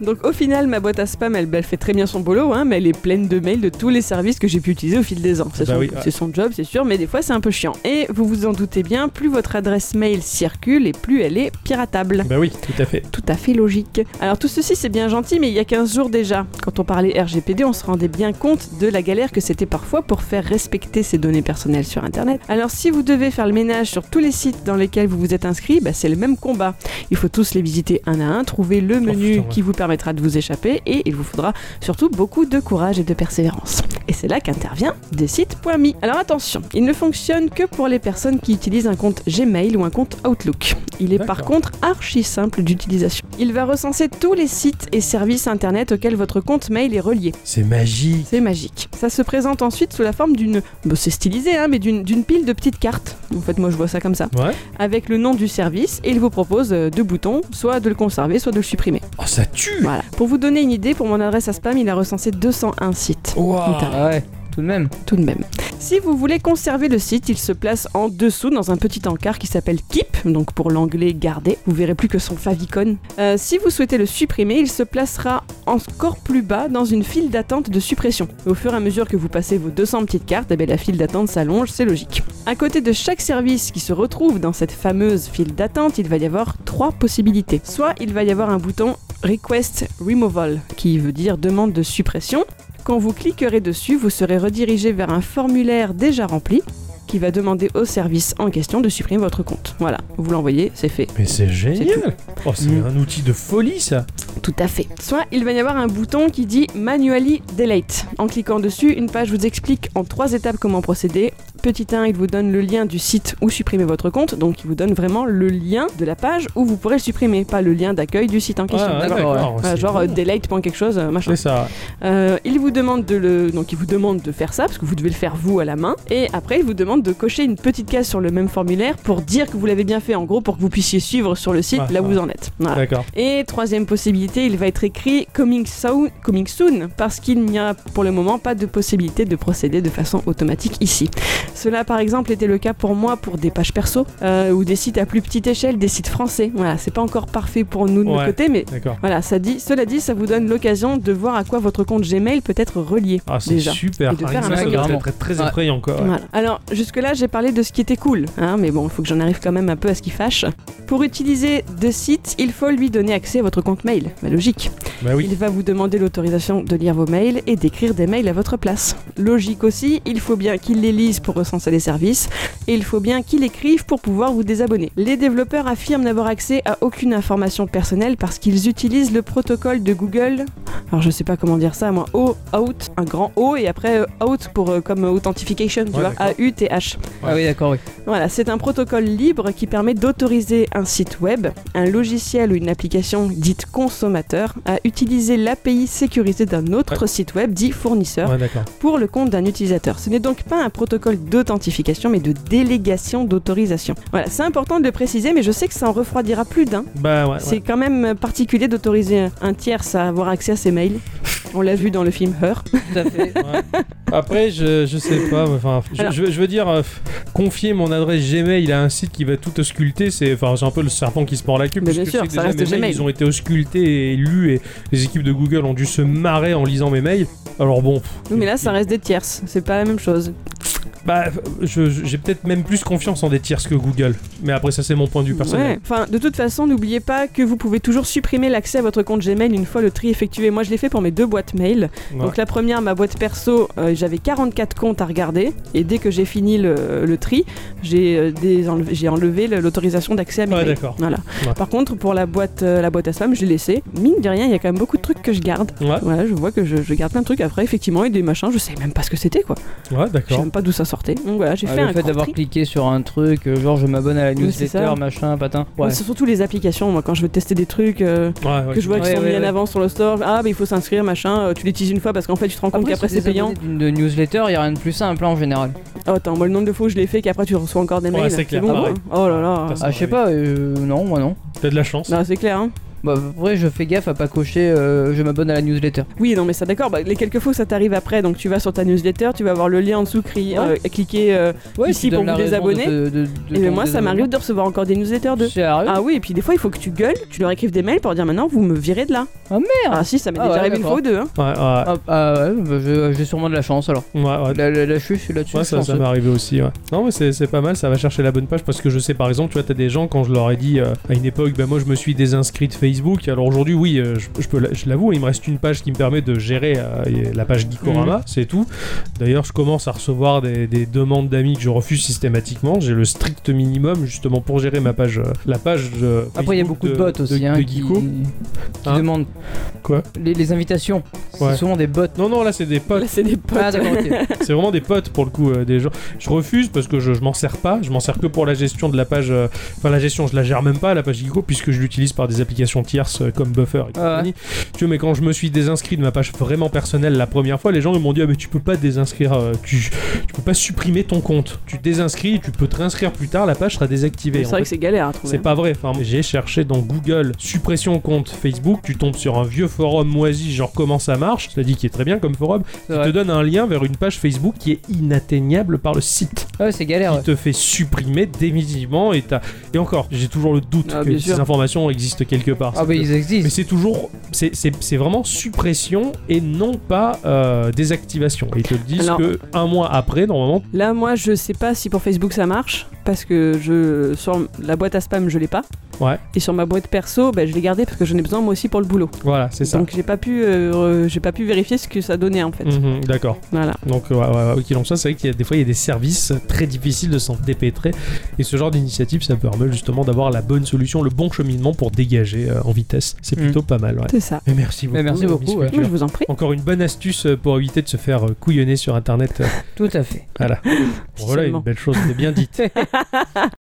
Speaker 4: Donc au final, ma boîte à spam, elle, elle fait très bien son boulot, hein, mais elle est pleine de mails de tous les services que j'ai pu utiliser au fil des ans. C'est
Speaker 2: Bah
Speaker 4: son,
Speaker 2: oui,
Speaker 4: c'est son job, c'est sûr, mais des fois c'est un peu chiant. Et vous vous en doutez bien, plus votre adresse mail circule et plus elle est piratable.
Speaker 2: bah oui, tout à fait.
Speaker 4: Tout à fait logique. Alors tout ceci c'est bien gentil, mais il y a 15 jours déjà, quand on parlait RGPD, on se rendait bien compte de la galère que c'était parfois pour faire respecter ces données personnelles sur Internet. Alors si vous devez faire le ménage sur tous les sites dans lesquels vous vous êtes inscrit, bah, c'est le même combat. Il faut tous les visiter un à un, trouver le menu
Speaker 2: Oh, putain, ouais.
Speaker 4: qui vous permettra de vous échapper et il vous faudra surtout beaucoup de courage et de persévérance. Et c'est là qu'intervient Decide.me. Alors attention, il ne fonctionne que pour les personnes qui utilisent un compte Gmail ou un compte Outlook. Il est par
Speaker 2: D'accord.
Speaker 4: contre archi simple d'utilisation. Il va recenser tous les sites et services internet auxquels votre compte mail est relié.
Speaker 2: C'est magique.
Speaker 4: C'est magique. Ça se présente ensuite sous la forme d'une. Bon, c'est stylisé, hein, mais d'une d'une pile de petites cartes. En fait, moi je vois ça comme ça.
Speaker 2: Ouais.
Speaker 4: Avec le nom du service et il vous propose euh, deux boutons, soit de le conserver, soit de le supprimer.
Speaker 2: Oh, ça tue.
Speaker 4: Voilà. Pour vous donner une idée, pour mon adresse à spam, il a recensé 201 sites.
Speaker 2: Waouh.
Speaker 4: Putain.
Speaker 1: Ah ouais, tout de même.
Speaker 4: Tout de même. Si vous voulez conserver le site, il se place en dessous dans un petit encart qui s'appelle Keep, donc pour l'anglais garder. Vous verrez plus que son favicon. Euh, si vous souhaitez le supprimer, il se placera encore plus bas dans une file d'attente de suppression. Au fur et à mesure que vous passez vos 200 petites cartes, eh ben, la file d'attente s'allonge, c'est logique. À côté de chaque service qui se retrouve dans cette fameuse file d'attente, il va y avoir trois possibilités. Soit il va y avoir un bouton Request Removal, qui veut dire demande de suppression. Quand vous cliquerez dessus, vous serez redirigé vers un formulaire déjà rempli qui va demander au service en question de supprimer votre compte. Voilà, vous l'envoyez, c'est fait.
Speaker 2: Mais c'est génial. Oh, c'est
Speaker 1: Mm.
Speaker 2: un outil de folie ça.
Speaker 4: Tout à fait. Soit il va y avoir un bouton qui dit Manually Delete. En cliquant dessus, une page vous explique en trois étapes comment procéder. Petit 1, il vous donne le lien du site où supprimer votre compte, donc il vous donne vraiment le lien de la page où vous pourrez le supprimer, pas le lien d'accueil du site en question.
Speaker 2: Ah,
Speaker 1: d'accord,
Speaker 4: Voilà,
Speaker 2: c'est
Speaker 4: genre
Speaker 2: bon.
Speaker 4: euh, delete point quelque chose, euh, machin.
Speaker 2: C'est ça.
Speaker 4: Euh, il vous demande de le, donc il vous demande de faire ça parce que vous devez le faire vous à la main. Et après, il vous demande de cocher une petite case sur le même formulaire pour dire que vous l'avez bien fait, en gros, pour que vous puissiez suivre sur le site
Speaker 2: Ah,
Speaker 4: là où
Speaker 2: ah.
Speaker 4: vous en êtes. Voilà.
Speaker 2: D'accord.
Speaker 4: Et troisième possibilité, il va être écrit coming soon, coming soon parce qu'il n'y a pour le moment pas de possibilité de procéder de façon automatique ici. Cela par exemple était le cas pour moi pour des pages perso euh, ou des sites à plus petite échelle, des sites français. Voilà, c'est pas encore parfait pour nous de
Speaker 2: Ouais.
Speaker 4: notre côté, mais
Speaker 2: D'accord.
Speaker 4: voilà, ça dit, cela dit, ça vous donne l'occasion de voir à quoi votre compte Gmail peut être relié.
Speaker 2: Ah, c'est
Speaker 4: Déjà.
Speaker 2: super.
Speaker 4: Et de
Speaker 2: Ah,
Speaker 4: faire
Speaker 2: ça,
Speaker 4: un
Speaker 2: ça
Speaker 1: truc
Speaker 2: doit
Speaker 1: vraiment.
Speaker 2: être très
Speaker 1: Ouais.
Speaker 2: effrayant quoi. ouais.
Speaker 4: Voilà. Alors, jusque-là, j'ai parlé de ce qui était cool, hein, mais bon, il faut que j'en arrive quand même un peu à ce qui fâche. Pour utiliser deux sites, il faut lui donner accès à votre compte mail. Bah, logique.
Speaker 2: Bah oui.
Speaker 4: Il va vous demander l'autorisation de lire vos mails et d'écrire des mails à votre place. Logique aussi, il faut bien qu'il les lise pour recenser les services et il faut bien qu'il écrive pour pouvoir vous désabonner. Les développeurs affirment n'avoir accès à aucune information personnelle parce qu'ils utilisent le protocole de Google. Alors je sais pas comment dire ça, moi O, out, un grand O et après euh, out pour euh, comme authentification, tu
Speaker 2: Ouais,
Speaker 4: vois,
Speaker 2: d'accord.
Speaker 4: A U T H.
Speaker 1: Ah oui, d'accord, oui.
Speaker 4: Voilà, c'est un protocole libre qui permet d'autoriser un site web, un logiciel ou une application dite consommateur à utiliser l'API sécurisée d'un autre site web dit fournisseur
Speaker 2: Ouais, d'accord.
Speaker 4: pour le compte d'un utilisateur. Ce n'est donc pas un protocole d'authentification, mais de délégation d'autorisation. Voilà, c'est important de le préciser, mais je sais que ça en refroidira plus d'un.
Speaker 2: Bah ouais.
Speaker 4: C'est quand même particulier d'autoriser un tiers à avoir accès à ses mails. On l'a vu dans le film
Speaker 2: [laughs]
Speaker 4: Her.
Speaker 1: Tout à fait.
Speaker 2: Ouais. Après, je, je sais pas. Enfin, je,
Speaker 4: Alors-
Speaker 2: je veux- je veux dire, euh, confier mon adresse Gmail à un site qui va tout ausculter, c'est enfin, c'est un peu le serpent qui se mord la queue.
Speaker 4: Mais
Speaker 2: puisque
Speaker 4: bien sûr,
Speaker 2: c'est
Speaker 4: ça
Speaker 2: déjà
Speaker 4: reste
Speaker 2: mes mails,
Speaker 4: Gmail.
Speaker 2: Ils ont été auscultés et lus, et les équipes de Google ont dû se marrer en lisant mes mails. Alors bon. pff,
Speaker 4: Oui, mais là, ça reste des tierces. C'est pas la même chose.
Speaker 2: Bah, je- je- j'ai peut-être même plus confiance en des tierces que Google. Mais après, ça, c'est mon point de vue personnel.
Speaker 4: Ouais. Enfin, de toute façon, n'oubliez pas que vous pouvez toujours supprimer l'accès à votre compte Gmail une fois le tri effectué. Moi, je l'ai fait pour mes deux boîtes mail.
Speaker 2: Ouais.
Speaker 4: Donc la première, ma boîte perso, euh, j'avais 44 comptes à regarder. Et dès que j'ai fini le, le tri, j'ai euh, désenlevé- j'ai enlevé le- l'autorisation d'accès à mes
Speaker 2: Ouais,
Speaker 4: mails.
Speaker 2: d'accord.
Speaker 4: Voilà.
Speaker 2: Ouais.
Speaker 4: Par contre, pour la boîte, euh, la boîte à spam, je l'ai laissée. Mine de rien, il y a quand même beaucoup de trucs que je garde.
Speaker 2: Ouais,
Speaker 4: Voilà, je vois que je, je garde plein de trucs. Après, effectivement, il y a des machins, je sais même pas ce que c'était quoi.
Speaker 2: ouais,
Speaker 4: Je sais
Speaker 2: d'accord.
Speaker 4: même pas d'où ça sortait. Donc voilà, j'ai
Speaker 1: Ouais,
Speaker 4: fait
Speaker 1: Ah, le
Speaker 4: un
Speaker 1: fait
Speaker 4: grand
Speaker 1: d'avoir
Speaker 4: tri.
Speaker 1: cliqué sur un truc, euh, genre je m'abonne à la
Speaker 4: Oui, c'est
Speaker 1: newsletter,
Speaker 4: ça.
Speaker 1: machin, patin. Ouais.
Speaker 4: C'est surtout les applications, moi, quand je veux tester des trucs. euh,
Speaker 2: Ouais, ouais,
Speaker 4: que je vois qui
Speaker 1: Ouais,
Speaker 4: sont
Speaker 1: ouais,
Speaker 4: mis en
Speaker 1: ouais.
Speaker 4: avant sur le store. Ah, mais il faut s'inscrire, machin. euh, Tu l'utilises une fois parce qu'en fait, tu te rends compte qu'après,
Speaker 1: si
Speaker 4: Ah c'est
Speaker 1: t'es
Speaker 4: payant.
Speaker 1: abonné D'une de newsletter, il y a rien de plus simple hein, en général.
Speaker 4: Oh, attends, moi, le nombre de fois où je l'ai fait, qu'après, tu reçois encore des
Speaker 2: Ouais,
Speaker 4: mails.
Speaker 2: c'est clair,
Speaker 4: bon,
Speaker 2: pareil.
Speaker 4: hein. Oh là là.
Speaker 2: Putain,
Speaker 1: Ah, je sais pas, euh, non, moi non.
Speaker 2: T'as de la chance.
Speaker 4: Non, c'est clair. hein.
Speaker 1: Bah, après, je fais gaffe à pas cocher euh, je m'abonne à la newsletter.
Speaker 4: Oui, non, mais ça, d'accord. bah, les quelques fois, ça t'arrive après. Donc, tu vas sur ta newsletter, tu vas voir le lien en dessous, cri-
Speaker 1: Ouais.
Speaker 4: euh, cliquer euh, ici
Speaker 1: tu
Speaker 4: pour
Speaker 1: donnes la
Speaker 4: vous
Speaker 1: raison
Speaker 4: désabonner.
Speaker 1: de- de- de-
Speaker 4: Et
Speaker 1: de
Speaker 4: mais
Speaker 1: ton
Speaker 4: moi, ça m'arrive
Speaker 1: désabonnement.
Speaker 4: de recevoir encore des newsletters d'eux.
Speaker 1: Sérieux
Speaker 4: Ah oui, et puis des fois, il faut que tu gueules, tu leur écrives des mails pour dire maintenant, vous me virez de là.
Speaker 1: Ah, merde.
Speaker 4: Ah si, ça m'est
Speaker 1: Ah,
Speaker 4: déjà
Speaker 1: ouais,
Speaker 4: arrivé une fois
Speaker 1: d'accord.
Speaker 4: ou deux. hein.
Speaker 2: Ouais, ouais,
Speaker 1: Ah, ah ouais, bah, je- j'ai sûrement de la chance alors.
Speaker 2: ouais, ouais.
Speaker 1: Là, là, là, je suis je suis là-dessus.
Speaker 2: Ah. Ouais,
Speaker 1: je
Speaker 2: ça,
Speaker 1: pense.
Speaker 2: ça m'est arrivé aussi. Ouais. Non, mais c'est c'est pas mal, ça va chercher la bonne page parce que je sais, par exemple, tu vois, t'as des gens, quand je leur ai dit euh, à une époque, bah moi je me suis désinscrit de Facebook, alors aujourd'hui, oui, euh, je, je peux la- je l'avoue, il me reste une page qui me permet de gérer euh, la page
Speaker 1: Mhm.
Speaker 2: Geekorama, c'est tout. D'ailleurs, je commence à recevoir des, des demandes d'amis que je refuse systématiquement, j'ai le strict minimum justement pour gérer ma page, euh, la page de.
Speaker 1: Ah, Après, il y a
Speaker 2: Facebook
Speaker 1: beaucoup de, bots aussi hein,
Speaker 2: de
Speaker 1: qui,
Speaker 2: Geeko.
Speaker 1: qui
Speaker 2: Hein
Speaker 1: demandent.
Speaker 2: Quoi
Speaker 1: les, les invitations,
Speaker 2: Ouais.
Speaker 1: c'est souvent des bots.
Speaker 2: Non, non, là c'est des potes.
Speaker 4: Là, c'est des potes.
Speaker 1: Ah, d'accord,
Speaker 2: [laughs]
Speaker 1: ok.
Speaker 2: C'est vraiment des potes pour le coup, euh, des gens. Je refuse parce que je, je m'en sers pas. Je m'en sers que pour la gestion de la page. euh, Enfin, la gestion, je la gère même pas, la page Geeko, puisque je l'utilise par des applications tierces euh, comme Buffer et compagnie. Tu vois, mais quand je me suis désinscrit de ma page vraiment personnelle la première fois, les gens ils m'ont dit Ah, mais tu peux pas désinscrire, euh, tu, tu peux pas supprimer ton compte. Tu désinscris, tu peux te réinscrire plus tard, la page sera désactivée.
Speaker 4: C'est
Speaker 2: En
Speaker 4: vrai
Speaker 2: fait,
Speaker 4: que c'est galère à trouver.
Speaker 2: c'est pas vrai. Enfin, j'ai cherché dans Google suppression compte Facebook. Tu tombes sur un vieux forum moisi, genre comment ça marche. Cela dit, qui est très bien comme forum.
Speaker 1: C'est
Speaker 2: Il te
Speaker 1: vrai.
Speaker 2: donne un lien vers une page Facebook qui est inatteignable par le site.
Speaker 1: Ouais, Ah, c'est galère.
Speaker 2: Il
Speaker 1: ouais.
Speaker 2: te fait supprimer définitivement et t'as- Et encore, j'ai toujours le doute
Speaker 4: Ah,
Speaker 2: que
Speaker 4: bien
Speaker 2: ces
Speaker 4: sûr.
Speaker 2: informations existent quelque part.
Speaker 1: Ah, bah, ils
Speaker 2: Mais
Speaker 1: existent.
Speaker 2: c'est toujours. C'est c'est- c'est vraiment suppression et non pas euh, désactivation. Et ils te le disent
Speaker 4: Alors-
Speaker 2: que un mois après, normalement.
Speaker 4: Là, moi, je sais pas si pour Facebook ça marche, parce que je sur la boîte à spam, je l'ai pas.
Speaker 2: Ouais.
Speaker 4: Et sur ma boîte perso, bah, je l'ai gardée parce que j'en ai besoin moi aussi pour le boulot.
Speaker 2: Voilà, c'est ça.
Speaker 4: Donc j'ai pas pu, euh, re- j'ai pas pu vérifier ce que ça donnait en fait.
Speaker 2: Mhm, D'accord.
Speaker 4: Voilà.
Speaker 2: Donc, ouais, ouais, ouais, qu'il en soit, c'est vrai qu'il y a des fois, il y a des services très difficiles de s'en dépêtrer. Et ce genre d'initiative, ça permet justement d'avoir la bonne solution, le bon cheminement pour dégager euh, en vitesse. C'est
Speaker 1: Mm.
Speaker 2: plutôt pas mal, ouais.
Speaker 4: C'est ça.
Speaker 2: Mais merci beaucoup.
Speaker 1: Mais merci
Speaker 2: euh,
Speaker 1: beaucoup,
Speaker 2: Miss
Speaker 1: ouais.
Speaker 2: Culture.
Speaker 4: Moi, je vous en prie.
Speaker 2: Encore une bonne astuce euh, pour éviter de se faire euh, couillonner sur Internet.
Speaker 1: [laughs]
Speaker 2: euh,
Speaker 1: Tout à fait.
Speaker 2: Voilà.
Speaker 4: Si
Speaker 2: voilà,
Speaker 4: seulement.
Speaker 2: une belle chose, c'est
Speaker 1: [laughs]
Speaker 2: bien dite.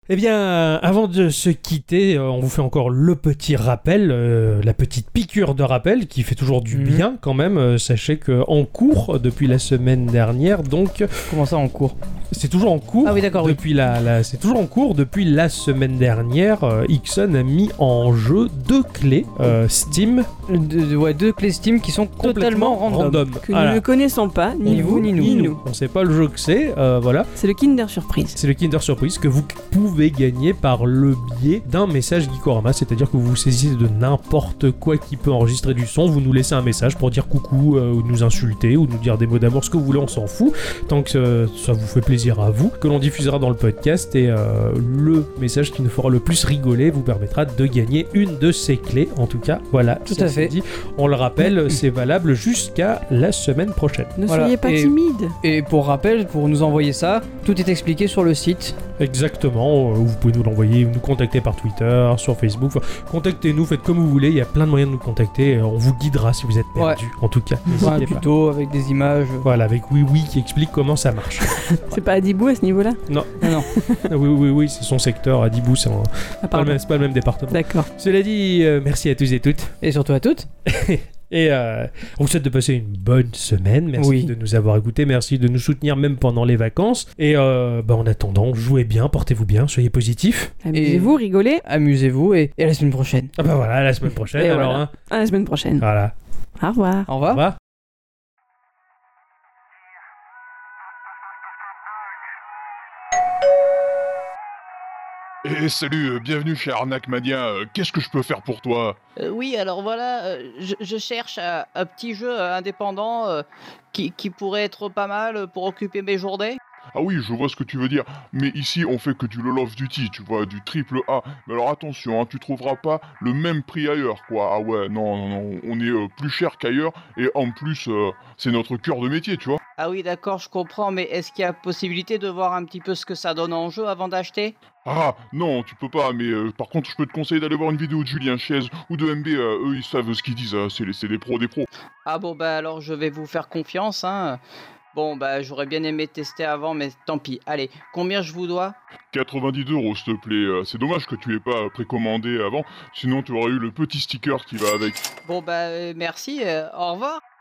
Speaker 2: Eh bien, euh, avant de se quitter, euh, on vous fait encore le petit rappel, euh, la petite piqûre de rappel qui fait toujours du
Speaker 1: Mhm.
Speaker 2: bien quand même. Euh, sachez que en cours depuis la semaine dernière, donc
Speaker 1: Comment ça en cours
Speaker 2: c'est toujours en cours.
Speaker 1: Ah oui, d'accord, oui.
Speaker 2: Depuis la, la- c'est toujours en cours. Depuis la semaine dernière, euh, Ixon a mis en jeu deux clés euh, Steam
Speaker 1: De- de- ouais, deux clés Steam qui sont
Speaker 2: complètement
Speaker 1: totalement random.
Speaker 4: Que
Speaker 2: Voilà.
Speaker 4: nous ne connaissons pas, ni
Speaker 1: Ni
Speaker 4: vous ni nous.
Speaker 2: On sait pas le jeu que c'est, euh, voilà.
Speaker 4: C'est le Kinder Surprise.
Speaker 2: C'est le Kinder Surprise que vous pouvez gagner par le biais d'un message Geekorama, c'est-à-dire que vous vous saisissez de n'importe quoi qui peut enregistrer du son, vous nous laissez un message pour dire coucou, euh, ou nous insulter, ou nous dire des mots d'amour, ce que vous voulez, on s'en fout, tant que euh, ça vous fait plaisir à vous, que l'on diffusera dans le podcast, et euh, le message qui nous fera le plus rigoler vous permettra de gagner une de ces clés, en tout cas, voilà.
Speaker 1: Tout
Speaker 2: ça,
Speaker 1: à
Speaker 2: c'est
Speaker 1: fait.
Speaker 2: dit. On le rappelle, c'est valable jusqu'à la semaine prochaine.
Speaker 4: Ne
Speaker 1: Voilà,
Speaker 4: soyez pas
Speaker 1: et-
Speaker 4: timide.
Speaker 1: Et pour rappel, pour nous envoyer ça, tout est expliqué sur le site.
Speaker 2: Exactement, euh, vous pouvez nous l'envoyer, nous contacter par Twitter, sur Facebook. Enfin, contactez-nous, faites comme vous voulez, il y a plein de moyens de nous contacter. euh, On vous guidera si vous êtes perdu, en tout cas.
Speaker 1: Sur un
Speaker 2: n'hésitez pas.
Speaker 1: tuto avec des images.
Speaker 2: Voilà, avec Oui Oui qui explique comment ça marche.
Speaker 4: C'est pas Adibou à ce niveau-là.
Speaker 1: Non, non.
Speaker 2: oui, oui, oui, c'est son secteur, à Dibou, c'est un-
Speaker 4: Ah,
Speaker 2: pas, le
Speaker 4: pardon.
Speaker 2: même- c'est pas le même département.
Speaker 4: D'accord.
Speaker 2: Cela dit, euh, merci à tous et toutes.
Speaker 1: Et surtout à toutes.
Speaker 2: Et euh, on vous souhaite de passer une bonne semaine. Merci
Speaker 1: Oui.
Speaker 2: de nous avoir écoutés. Merci de nous soutenir même pendant les vacances. Et euh, bah, en attendant, jouez bien, portez-vous bien, soyez positifs.
Speaker 1: Amusez-vous,
Speaker 4: Amusez-vous, rigolez.
Speaker 1: Amusez-vous et, et à la semaine prochaine.
Speaker 2: Ah bah voilà, à la semaine prochaine.
Speaker 4: Et
Speaker 2: alors,
Speaker 4: voilà.
Speaker 2: hein.
Speaker 4: À la semaine prochaine.
Speaker 2: voilà. Ah.
Speaker 4: Au revoir.
Speaker 1: Au
Speaker 2: Au
Speaker 1: revoir.
Speaker 2: revoir.
Speaker 5: Eh salut, euh, bienvenue chez Arnaque Mania, euh, qu'est-ce que je peux faire pour toi
Speaker 6: Euh, oui, alors voilà, euh, je, je cherche un, un petit jeu euh, indépendant euh, qui, qui pourrait être pas mal euh, pour occuper mes journées.
Speaker 5: Ah oui, je vois ce que tu veux dire, mais ici on fait que du Lol of Duty, tu vois, du triple A. Mais alors attention, hein, tu trouveras pas le même prix ailleurs, quoi. Ah ouais, non, non, non, on est euh, plus cher qu'ailleurs, et en plus, euh, c'est notre cœur de métier, tu vois.
Speaker 6: Ah oui, d'accord, je comprends, mais est-ce qu'il y a possibilité de voir un petit peu ce que ça donne en jeu avant d'acheter
Speaker 5: Ah non, tu peux pas, mais euh, par contre, je peux te conseiller d'aller voir une vidéo de Julien Chiez ou de MB, euh, eux ils savent ce qu'ils disent, hein, c'est les- c'est des pros des pros.
Speaker 6: Ah bon, bah alors je vais vous faire confiance, hein. Bon, bah j'aurais bien aimé tester avant, mais tant pis. Allez, combien je vous dois
Speaker 5: 90 euros, s'il te plaît. Euh, C'est dommage que tu aies pas euh, précommandé avant, sinon tu aurais eu le petit sticker qui va avec.
Speaker 6: Bon, bah euh, merci, euh, au revoir